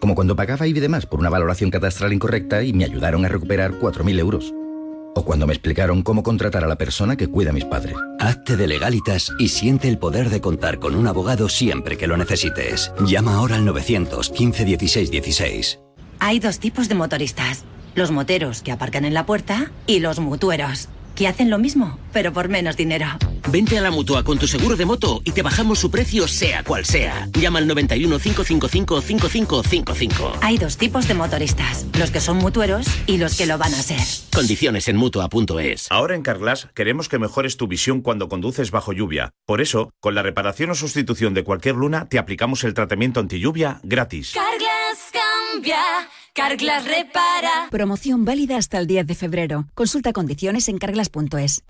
[SPEAKER 69] Como cuando pagaba y demás por una valoración catastral incorrecta y me ayudaron a recuperar 4.000 euros. O cuando me explicaron cómo contratar a la persona que cuida a mis padres.
[SPEAKER 21] Hazte de legalitas y siente el poder de contar con un abogado siempre que lo necesites. Llama ahora al 915 16 16.
[SPEAKER 69] Hay dos tipos de motoristas. Los moteros que aparcan en la puerta y los mutueros, que hacen lo mismo, pero por menos dinero.
[SPEAKER 4] Vente a la mutua con tu seguro de moto y te bajamos su precio, sea cual sea. Llama al 91 555 5555.
[SPEAKER 69] Hay dos tipos de motoristas, los que son mutueros y los que lo van a ser.
[SPEAKER 4] Condiciones en mutua.es.
[SPEAKER 70] Ahora en Carglass queremos que mejores tu visión cuando conduces bajo lluvia. Por eso, con la reparación o sustitución de cualquier luna, te aplicamos el tratamiento antilluvia gratis.
[SPEAKER 26] Carglas cambia, Carglas repara.
[SPEAKER 34] Promoción válida hasta el 10 de febrero. Consulta condiciones en carglas.es.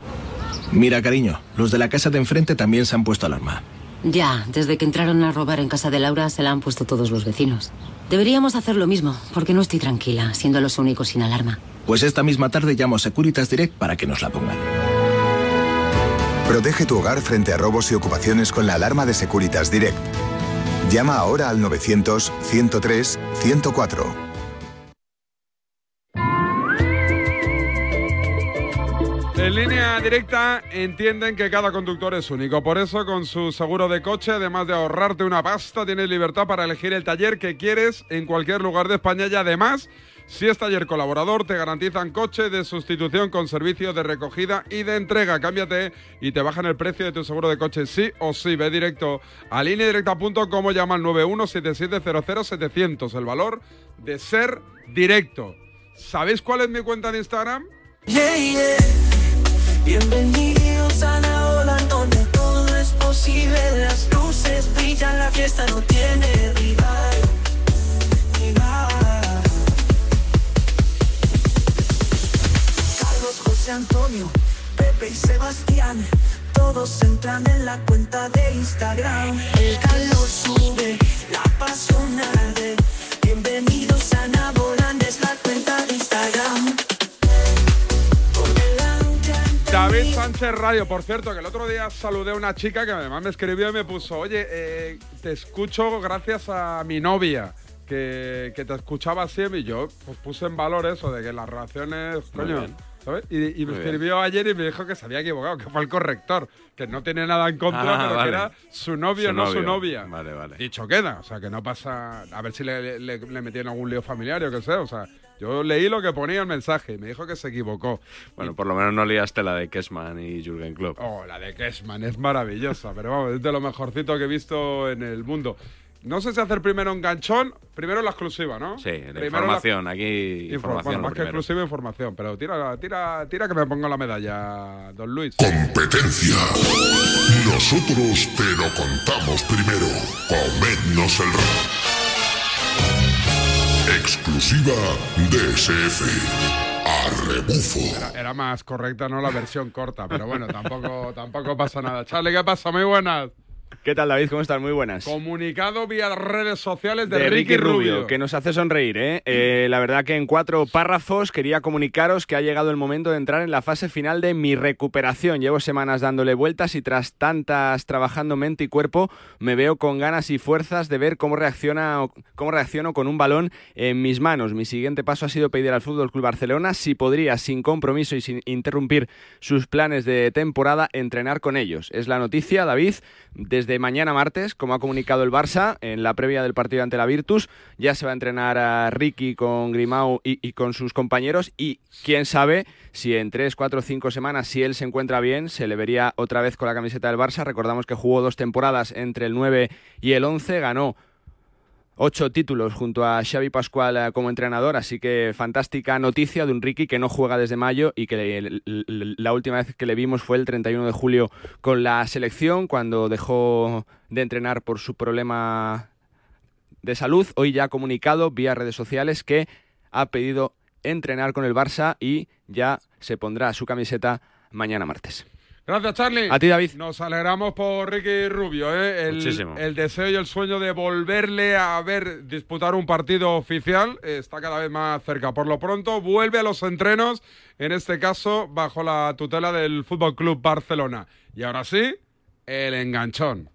[SPEAKER 71] Mira, cariño, los de la casa de enfrente también se han puesto alarma.
[SPEAKER 72] Ya, desde que entraron a robar en casa de Laura se la han puesto todos los vecinos. Deberíamos hacer lo mismo, porque no estoy tranquila, siendo los únicos sin alarma.
[SPEAKER 71] Pues esta misma tarde llamo a Securitas Direct para que nos la pongan.
[SPEAKER 73] Protege tu hogar frente a robos y ocupaciones con la alarma de Securitas Direct. Llama ahora al 900-103-104.
[SPEAKER 14] El En línea directa entienden que cada conductor es único. Por eso, con su seguro de coche, además de ahorrarte una pasta, tienes libertad para elegir el taller que quieres en cualquier lugar de España. Y además, si es taller colaborador, te garantizan coche de sustitución con servicio de recogida y de entrega. Cámbiate y te bajan el precio de tu seguro de coche, sí o sí. Ve directo a lineadirecta.com o llama al 917700700. El valor de ser directo. ¿Sabéis cuál es mi cuenta de Instagram?
[SPEAKER 34] Yeah, yeah. Bienvenidos a la ola en donde todo es posible. Las luces brillan, la fiesta no tiene rival. rival. Carlos, José Antonio, Pepe y Sebastián. Todos entran en la cuenta de Instagram. El calor sube, la pasión arde. Bienvenidos a Nabolan, es la cuenta de Instagram.
[SPEAKER 14] David Sánchez Radio, por cierto, que el otro día saludé a una chica que además me escribió y me puso, oye, eh, te escucho gracias a mi novia, que, que te escuchaba siempre y yo pues, puse en valor eso de que las relaciones,
[SPEAKER 16] Muy
[SPEAKER 14] coño,
[SPEAKER 16] bien.
[SPEAKER 14] ¿sabes? Y, y me
[SPEAKER 16] Muy
[SPEAKER 14] escribió ayer y me dijo que se había equivocado, que fue el corrector, que no tiene nada en
[SPEAKER 16] Ah,
[SPEAKER 14] contra, pero
[SPEAKER 16] vale.
[SPEAKER 14] que era su novio,
[SPEAKER 16] Su
[SPEAKER 14] no su
[SPEAKER 16] novio.
[SPEAKER 14] novia.
[SPEAKER 16] Vale, vale.
[SPEAKER 14] Dicho queda, o sea, que no pasa, a ver si le, le, le metí en algún lío familiar, yo qué sé, o sea, yo leí lo que ponía el mensaje y me dijo que se equivocó.
[SPEAKER 16] Bueno, por lo menos no liaste la de Kessman y Jürgen Klopp.
[SPEAKER 14] Oh, la de Kessman es maravillosa, pero vamos, es de lo mejorcito que he visto en el mundo. No sé si hacer primero un ganchón, primero la exclusiva, ¿no?
[SPEAKER 16] Sí, la
[SPEAKER 14] Primero
[SPEAKER 16] información,
[SPEAKER 14] la-
[SPEAKER 16] aquí
[SPEAKER 14] Infor-
[SPEAKER 16] información
[SPEAKER 14] bueno,
[SPEAKER 16] lo
[SPEAKER 14] más que
[SPEAKER 16] primero.
[SPEAKER 14] exclusiva, información, pero tira, tira, tira que me pongo la medalla, don Luis.
[SPEAKER 34] Competencia. Nosotros te lo contamos primero. Comednos el rap. Exclusiva DSF. Arrebufo.
[SPEAKER 14] Era más correcta, ¿no? La versión corta, pero bueno, tampoco, tampoco pasa nada. Charlie, ¿qué pasa? Muy buenas.
[SPEAKER 57] ¿Qué tal, David? ¿Cómo estás? Muy buenas.
[SPEAKER 14] Comunicado vía redes sociales de,
[SPEAKER 57] de
[SPEAKER 14] Ricky Rubio.
[SPEAKER 57] que nos hace sonreír. ¿eh? Eh, la verdad que en cuatro párrafos quería comunicaros que ha llegado el momento de entrar en la fase final de mi recuperación. Llevo semanas dándole vueltas y tras tantas trabajando mente y cuerpo, me veo con ganas y fuerzas de ver cómo reacciona o- cómo reacciono con un balón en mis manos. Mi siguiente paso ha sido pedir al Fútbol Club Barcelona si podría, sin compromiso y sin interrumpir sus planes de temporada, entrenar con ellos. Es la noticia, David. Desde mañana martes, como ha comunicado el Barça, en la previa del partido ante la Virtus, ya se va a entrenar a Ricky con Grimau y, y con sus compañeros. Y quién sabe si en 3, 4, 5 semanas, si él se encuentra bien, se le vería otra vez con la camiseta del Barça. Recordamos que jugó dos temporadas entre el 9 y el 11, ganó ocho títulos junto a Xavi Pascual eh, como entrenador, así que fantástica noticia de un Ricky que no juega desde mayo y que le- l- l- la última vez que le vimos fue el 31 de julio con la selección, cuando dejó de entrenar por su problema de salud. Hoy ya ha comunicado vía redes sociales que ha pedido entrenar con el Barça y ya se pondrá su camiseta mañana martes.
[SPEAKER 14] Gracias, Charlie.
[SPEAKER 57] A ti, David.
[SPEAKER 14] Nos alegramos por Ricky Rubio, ¿eh? El,
[SPEAKER 57] Muchísimo.
[SPEAKER 14] el deseo y el sueño de volverle a ver disputar un partido oficial eh, está cada vez más cerca. Por lo pronto, vuelve a los entrenos, en este caso, bajo la tutela del Fútbol Club Barcelona. Y ahora sí, el enganchón.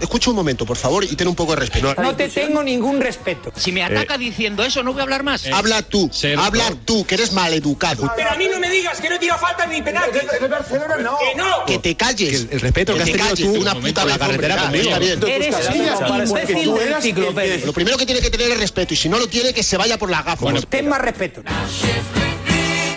[SPEAKER 5] Escucha un momento, por favor, y ten un poco de respeto.
[SPEAKER 4] No te tengo ningún respeto. Si
[SPEAKER 65] Eh,
[SPEAKER 4] me
[SPEAKER 5] ataca
[SPEAKER 4] diciendo eso, no voy a hablar más.
[SPEAKER 5] Eh. Habla tú, habla tú, que eres maleducado.
[SPEAKER 4] Pero a mí no me digas que no tira falta ni penalti. Que no.
[SPEAKER 5] Que te calles. el, respeto que, has tenido tú una puta vez, hombre, ya, está bien.
[SPEAKER 4] Eres un imbécil de enciclopedia.
[SPEAKER 5] Lo primero que tiene que tener es respeto, y si no lo tiene, que se vaya por la gafa.
[SPEAKER 4] Ten más respeto.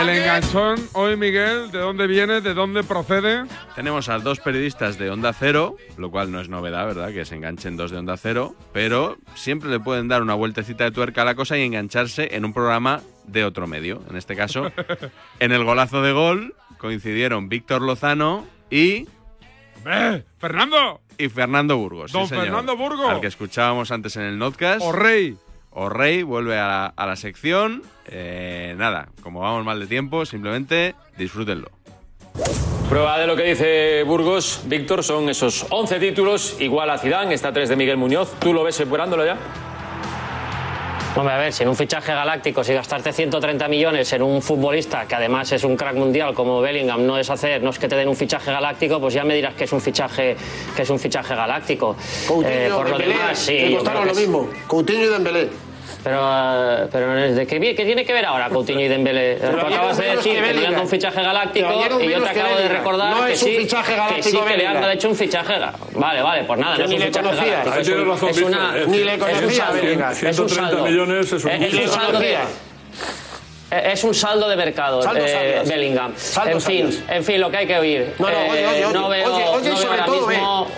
[SPEAKER 14] El enganchón, hoy Miguel, ¿de dónde viene? ¿De dónde procede?
[SPEAKER 16] Tenemos a dos periodistas de Onda Cero, lo cual no es novedad, ¿verdad? Que se enganchen dos de Onda Cero, pero siempre le pueden dar una vueltecita de tuerca a la cosa y engancharse en un programa de otro medio. En este caso, en el golazo de gol coincidieron Víctor Lozano y.
[SPEAKER 14] ¡Fernando!
[SPEAKER 16] Y Fernando Burgos. sí,
[SPEAKER 14] Don
[SPEAKER 16] señor.
[SPEAKER 14] Fernando Burgos.
[SPEAKER 16] Al que escuchábamos antes en el Notcast. O
[SPEAKER 14] Rey.
[SPEAKER 16] O Rey vuelve a la, a la sección. Eh, nada, como vamos mal de tiempo, simplemente disfrútenlo.
[SPEAKER 22] Prueba de lo que dice Burgos, Víctor, son esos 11 títulos, igual a Zidane, está 3 de Miguel Muñoz. ¿Tú lo ves superándolo ya?
[SPEAKER 20] Hombre, a ver, si en un fichaje galáctico, si gastarte 130 millones en un futbolista que además es un crack mundial como Bellingham, no es hacer, no es que te den un fichaje galáctico, pues ya me dirás que es un fichaje, que es un fichaje galáctico. Eh, por lo
[SPEAKER 32] Dembélé,
[SPEAKER 20] demás, sí.
[SPEAKER 32] me
[SPEAKER 20] yo
[SPEAKER 32] costaron
[SPEAKER 20] creo
[SPEAKER 32] lo
[SPEAKER 20] que es-
[SPEAKER 32] mismo. Coutinho y Dembélé.
[SPEAKER 20] Pero, eh, pero ¿de qué, vi- qué tiene que ver ahora Coutinho y Dembélé?
[SPEAKER 32] Pero
[SPEAKER 20] Tú
[SPEAKER 32] dieron
[SPEAKER 20] acabas de
[SPEAKER 32] menos que
[SPEAKER 20] decir que le
[SPEAKER 32] Bellingham.
[SPEAKER 20] han dado un fichaje galáctico
[SPEAKER 32] Pero dieron
[SPEAKER 20] y yo
[SPEAKER 32] menos
[SPEAKER 20] te
[SPEAKER 32] que
[SPEAKER 20] acabo de
[SPEAKER 32] Bellingham.
[SPEAKER 20] recordar
[SPEAKER 32] No
[SPEAKER 20] que,
[SPEAKER 32] es un
[SPEAKER 20] sí,
[SPEAKER 32] fichaje
[SPEAKER 20] que
[SPEAKER 32] galáctico
[SPEAKER 20] sí que le
[SPEAKER 32] Bellingham.
[SPEAKER 20] han hecho un fichaje galáctico. Vale, vale, pues nada,
[SPEAKER 32] Yo
[SPEAKER 20] no es
[SPEAKER 32] ni
[SPEAKER 20] un
[SPEAKER 32] le
[SPEAKER 20] fichaje
[SPEAKER 32] conocía.
[SPEAKER 20] galáctico.
[SPEAKER 32] Ahí
[SPEAKER 20] es
[SPEAKER 32] tienes
[SPEAKER 20] un-
[SPEAKER 32] razón,
[SPEAKER 20] es una-
[SPEAKER 32] Víctor. Ni le
[SPEAKER 20] es un
[SPEAKER 32] conocía
[SPEAKER 20] saldo,
[SPEAKER 32] Bellingham.
[SPEAKER 20] es un
[SPEAKER 32] 130
[SPEAKER 20] saldo. Eh,
[SPEAKER 32] millones es un-
[SPEAKER 20] Es- es
[SPEAKER 32] Ni le
[SPEAKER 20] un saldo de- eh,
[SPEAKER 32] conocía.
[SPEAKER 20] es un saldo de mercado,
[SPEAKER 32] Saldo,
[SPEAKER 20] eh,
[SPEAKER 32] saldos.
[SPEAKER 20] Bellingham.
[SPEAKER 32] Saldo,
[SPEAKER 20] en fin,
[SPEAKER 32] saldos.
[SPEAKER 20] en fin, lo que hay que oír. Eh,
[SPEAKER 32] No, no, oye, oye, oye.
[SPEAKER 20] no veo,
[SPEAKER 32] Oye, oye,
[SPEAKER 20] no veo
[SPEAKER 32] sobre
[SPEAKER 20] ahora
[SPEAKER 32] todo,
[SPEAKER 20] mismo.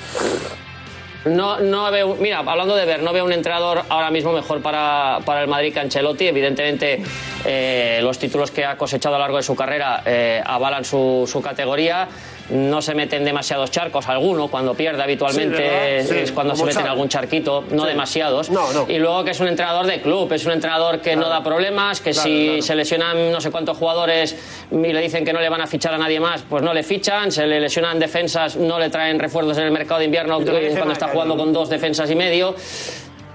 [SPEAKER 20] No, no veo, mira, hablando de ver, no veo un entrenador ahora mismo mejor para, para el Madrid que Ancelotti. Evidentemente, eh, los títulos que ha cosechado a lo largo de su carrera eh, avalan su, su categoría. No se meten demasiados charcos, alguno cuando pierde
[SPEAKER 32] Sí, ¿verdad?
[SPEAKER 20] habitualmente
[SPEAKER 32] Sí,
[SPEAKER 20] es cuando se
[SPEAKER 32] como
[SPEAKER 20] meten
[SPEAKER 32] Xavi.
[SPEAKER 20] algún charquito, no demasiados. Y luego que es un entrenador de club, es un entrenador que no da problemas, que si se lesionan no sé cuántos jugadores y le dicen que no le van a fichar a nadie más, pues no le fichan, se le lesionan defensas, no le traen refuerzos en el mercado de invierno eh,
[SPEAKER 32] te lo dice
[SPEAKER 20] cuando
[SPEAKER 32] Maca,
[SPEAKER 20] está jugando con dos defensas y medio.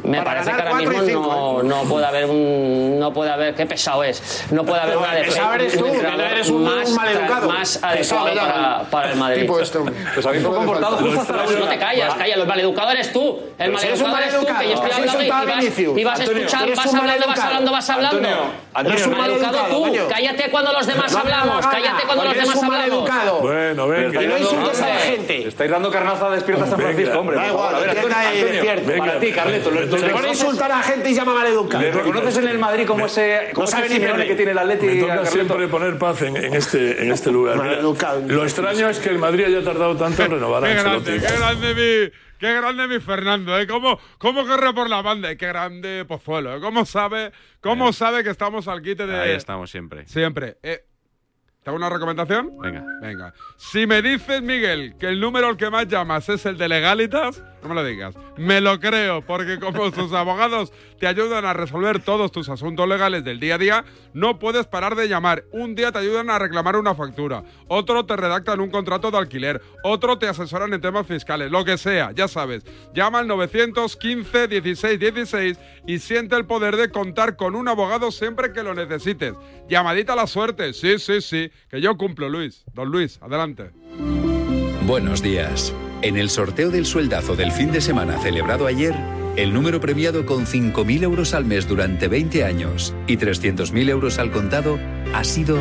[SPEAKER 20] Me
[SPEAKER 32] Para
[SPEAKER 20] parece que
[SPEAKER 32] ganar
[SPEAKER 20] ahora
[SPEAKER 32] cuatro
[SPEAKER 20] mismo
[SPEAKER 32] y cinco, ¿eh?
[SPEAKER 20] no, no puede haber un. No puede haber. Qué pesado es. No puede haber una
[SPEAKER 32] Pero el pesado
[SPEAKER 20] defensa.
[SPEAKER 32] eres
[SPEAKER 20] un
[SPEAKER 32] tú, que no
[SPEAKER 20] entrenador
[SPEAKER 32] eres un
[SPEAKER 20] más,
[SPEAKER 32] maleducado.
[SPEAKER 20] tra- más
[SPEAKER 32] Pesado
[SPEAKER 20] adecuado
[SPEAKER 32] me llaman.
[SPEAKER 20] para, para el Madrid.
[SPEAKER 32] Tipo este hombre. Pues a mí me hace falta.
[SPEAKER 20] No te callas, callas. El maleducado eres tú. El
[SPEAKER 32] Pero si eres un
[SPEAKER 20] maleducado eres tú. Que yo estoy
[SPEAKER 32] maleducado, has insultado
[SPEAKER 20] hablando y
[SPEAKER 32] a
[SPEAKER 20] vas,
[SPEAKER 32] Vinicius.
[SPEAKER 20] y vas
[SPEAKER 32] Antonio,
[SPEAKER 20] escuchando.
[SPEAKER 32] eres
[SPEAKER 20] Vas
[SPEAKER 32] un
[SPEAKER 20] hablando, vas
[SPEAKER 32] maleducado.
[SPEAKER 20] hablando, vas hablando.
[SPEAKER 32] Antonio, Antonio.
[SPEAKER 20] Eres un maleducado
[SPEAKER 32] maleducado,
[SPEAKER 20] tú.
[SPEAKER 32] coño.
[SPEAKER 20] Cállate cuando los demás
[SPEAKER 32] No me da la
[SPEAKER 20] hablamos.
[SPEAKER 32] gana,
[SPEAKER 20] Cállate cuando los
[SPEAKER 32] porque eres
[SPEAKER 20] demás
[SPEAKER 32] un
[SPEAKER 20] hablamos.
[SPEAKER 32] maleducado.
[SPEAKER 5] Bueno, venga.
[SPEAKER 32] Y no insultes a la gente.
[SPEAKER 5] Estáis dando carnaza despierta a San Francisco, hombre.
[SPEAKER 32] Da
[SPEAKER 5] por
[SPEAKER 32] igual,
[SPEAKER 5] favor. A ver,
[SPEAKER 32] despierta
[SPEAKER 5] Antonio,
[SPEAKER 32] y
[SPEAKER 5] Antonio,
[SPEAKER 32] despierta.
[SPEAKER 5] Para ti, Carleto. lo-
[SPEAKER 32] Se pone a insultar a la gente y llama maleducado.
[SPEAKER 5] ¿Le reconoces en el Madrid como ese, como
[SPEAKER 32] No
[SPEAKER 5] ese
[SPEAKER 32] sabe ni
[SPEAKER 5] Simeone
[SPEAKER 32] perder.
[SPEAKER 5] que tiene el Atleti?
[SPEAKER 32] Me toca
[SPEAKER 5] Carleto?
[SPEAKER 32] siempre
[SPEAKER 5] poner paz
[SPEAKER 32] en-
[SPEAKER 5] en este, en este lugar.
[SPEAKER 14] Lo extraño
[SPEAKER 5] es que el Madrid haya tardado tanto en renovar
[SPEAKER 14] Qué grande, qué grande mi. Qué grande mi Fernando, ¿eh? ¿Cómo, cómo corre por la banda? y Qué grande Pozuelo, ¿eh? ¿Cómo sabe, cómo sabe que estamos al quite de...
[SPEAKER 16] Ahí estamos siempre.
[SPEAKER 14] Siempre. Eh, ¿Te hago una recomendación?
[SPEAKER 16] Venga.
[SPEAKER 14] Venga. Si me dices, Miguel, que el número al que más llamas es el de legalitas, no me lo digas. Me lo creo, porque como sus abogados te ayudan a resolver todos tus asuntos legales del día a día, no puedes parar de llamar. Un día te ayudan a reclamar una factura, otro te redactan un contrato de alquiler, otro te asesoran en temas fiscales, lo que sea, ya sabes. Llama al 915 16 16 y siente el poder de contar con un abogado siempre que lo necesites. Llamadita a la suerte, sí, sí, sí, que yo cumplo, Luis. Don Luis, adelante.
[SPEAKER 74] Buenos días. En el sorteo del sueldazo del fin de semana celebrado ayer, el número premiado con 5.000 euros al mes durante 20 años y 300.000 euros al contado ha sido...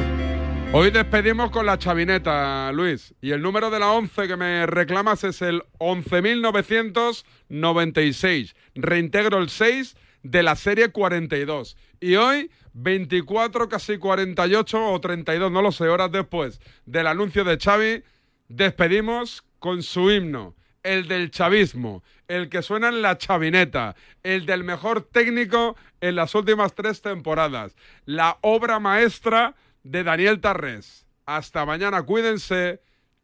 [SPEAKER 14] Hoy despedimos con la chavineta, Luis. Y el número de la 11 que me reclamas es el 11.996. Reintegro el 6 de la serie 42. Y hoy, 24, casi 48 o 32, no lo sé, horas después del anuncio de Xavi, despedimos con su himno. El del chavismo, el que suena en la chavineta, el del mejor técnico en las últimas tres temporadas, la obra maestra de Daniel Tarrés. Hasta mañana, cuídense,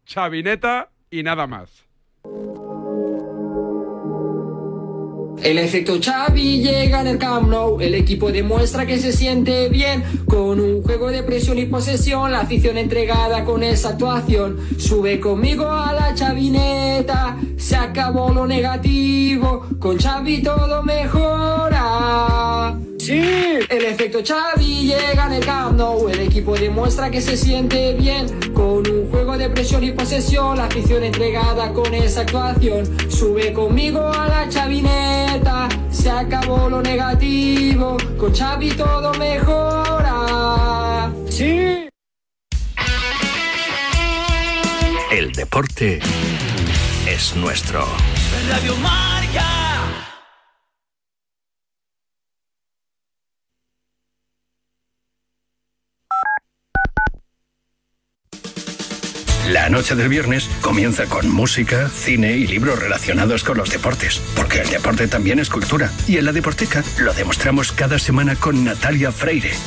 [SPEAKER 14] chavineta y nada más.
[SPEAKER 15] El efecto Xavi llega en el Camp Nou, el equipo demuestra que se siente bien con un juego de presión y posesión, la afición entregada con esa actuación. Sube conmigo a la chavineta, se acabó lo negativo, con Xavi todo mejora. Sí, el efecto Xavi llega en el Camp Nou, el equipo demuestra que se siente bien con un juego de presión y posesión, la afición entregada con esa actuación. Sube conmigo a la chavineta, se acabó lo negativo, con Xavi todo mejora. Sí.
[SPEAKER 8] El deporte es nuestro.
[SPEAKER 13] Radio Marca.
[SPEAKER 8] La noche del viernes comienza con música, cine y libros relacionados con los deportes, porque el deporte también es cultura. Y en la Deporteca lo demostramos cada semana con Natalia Freire.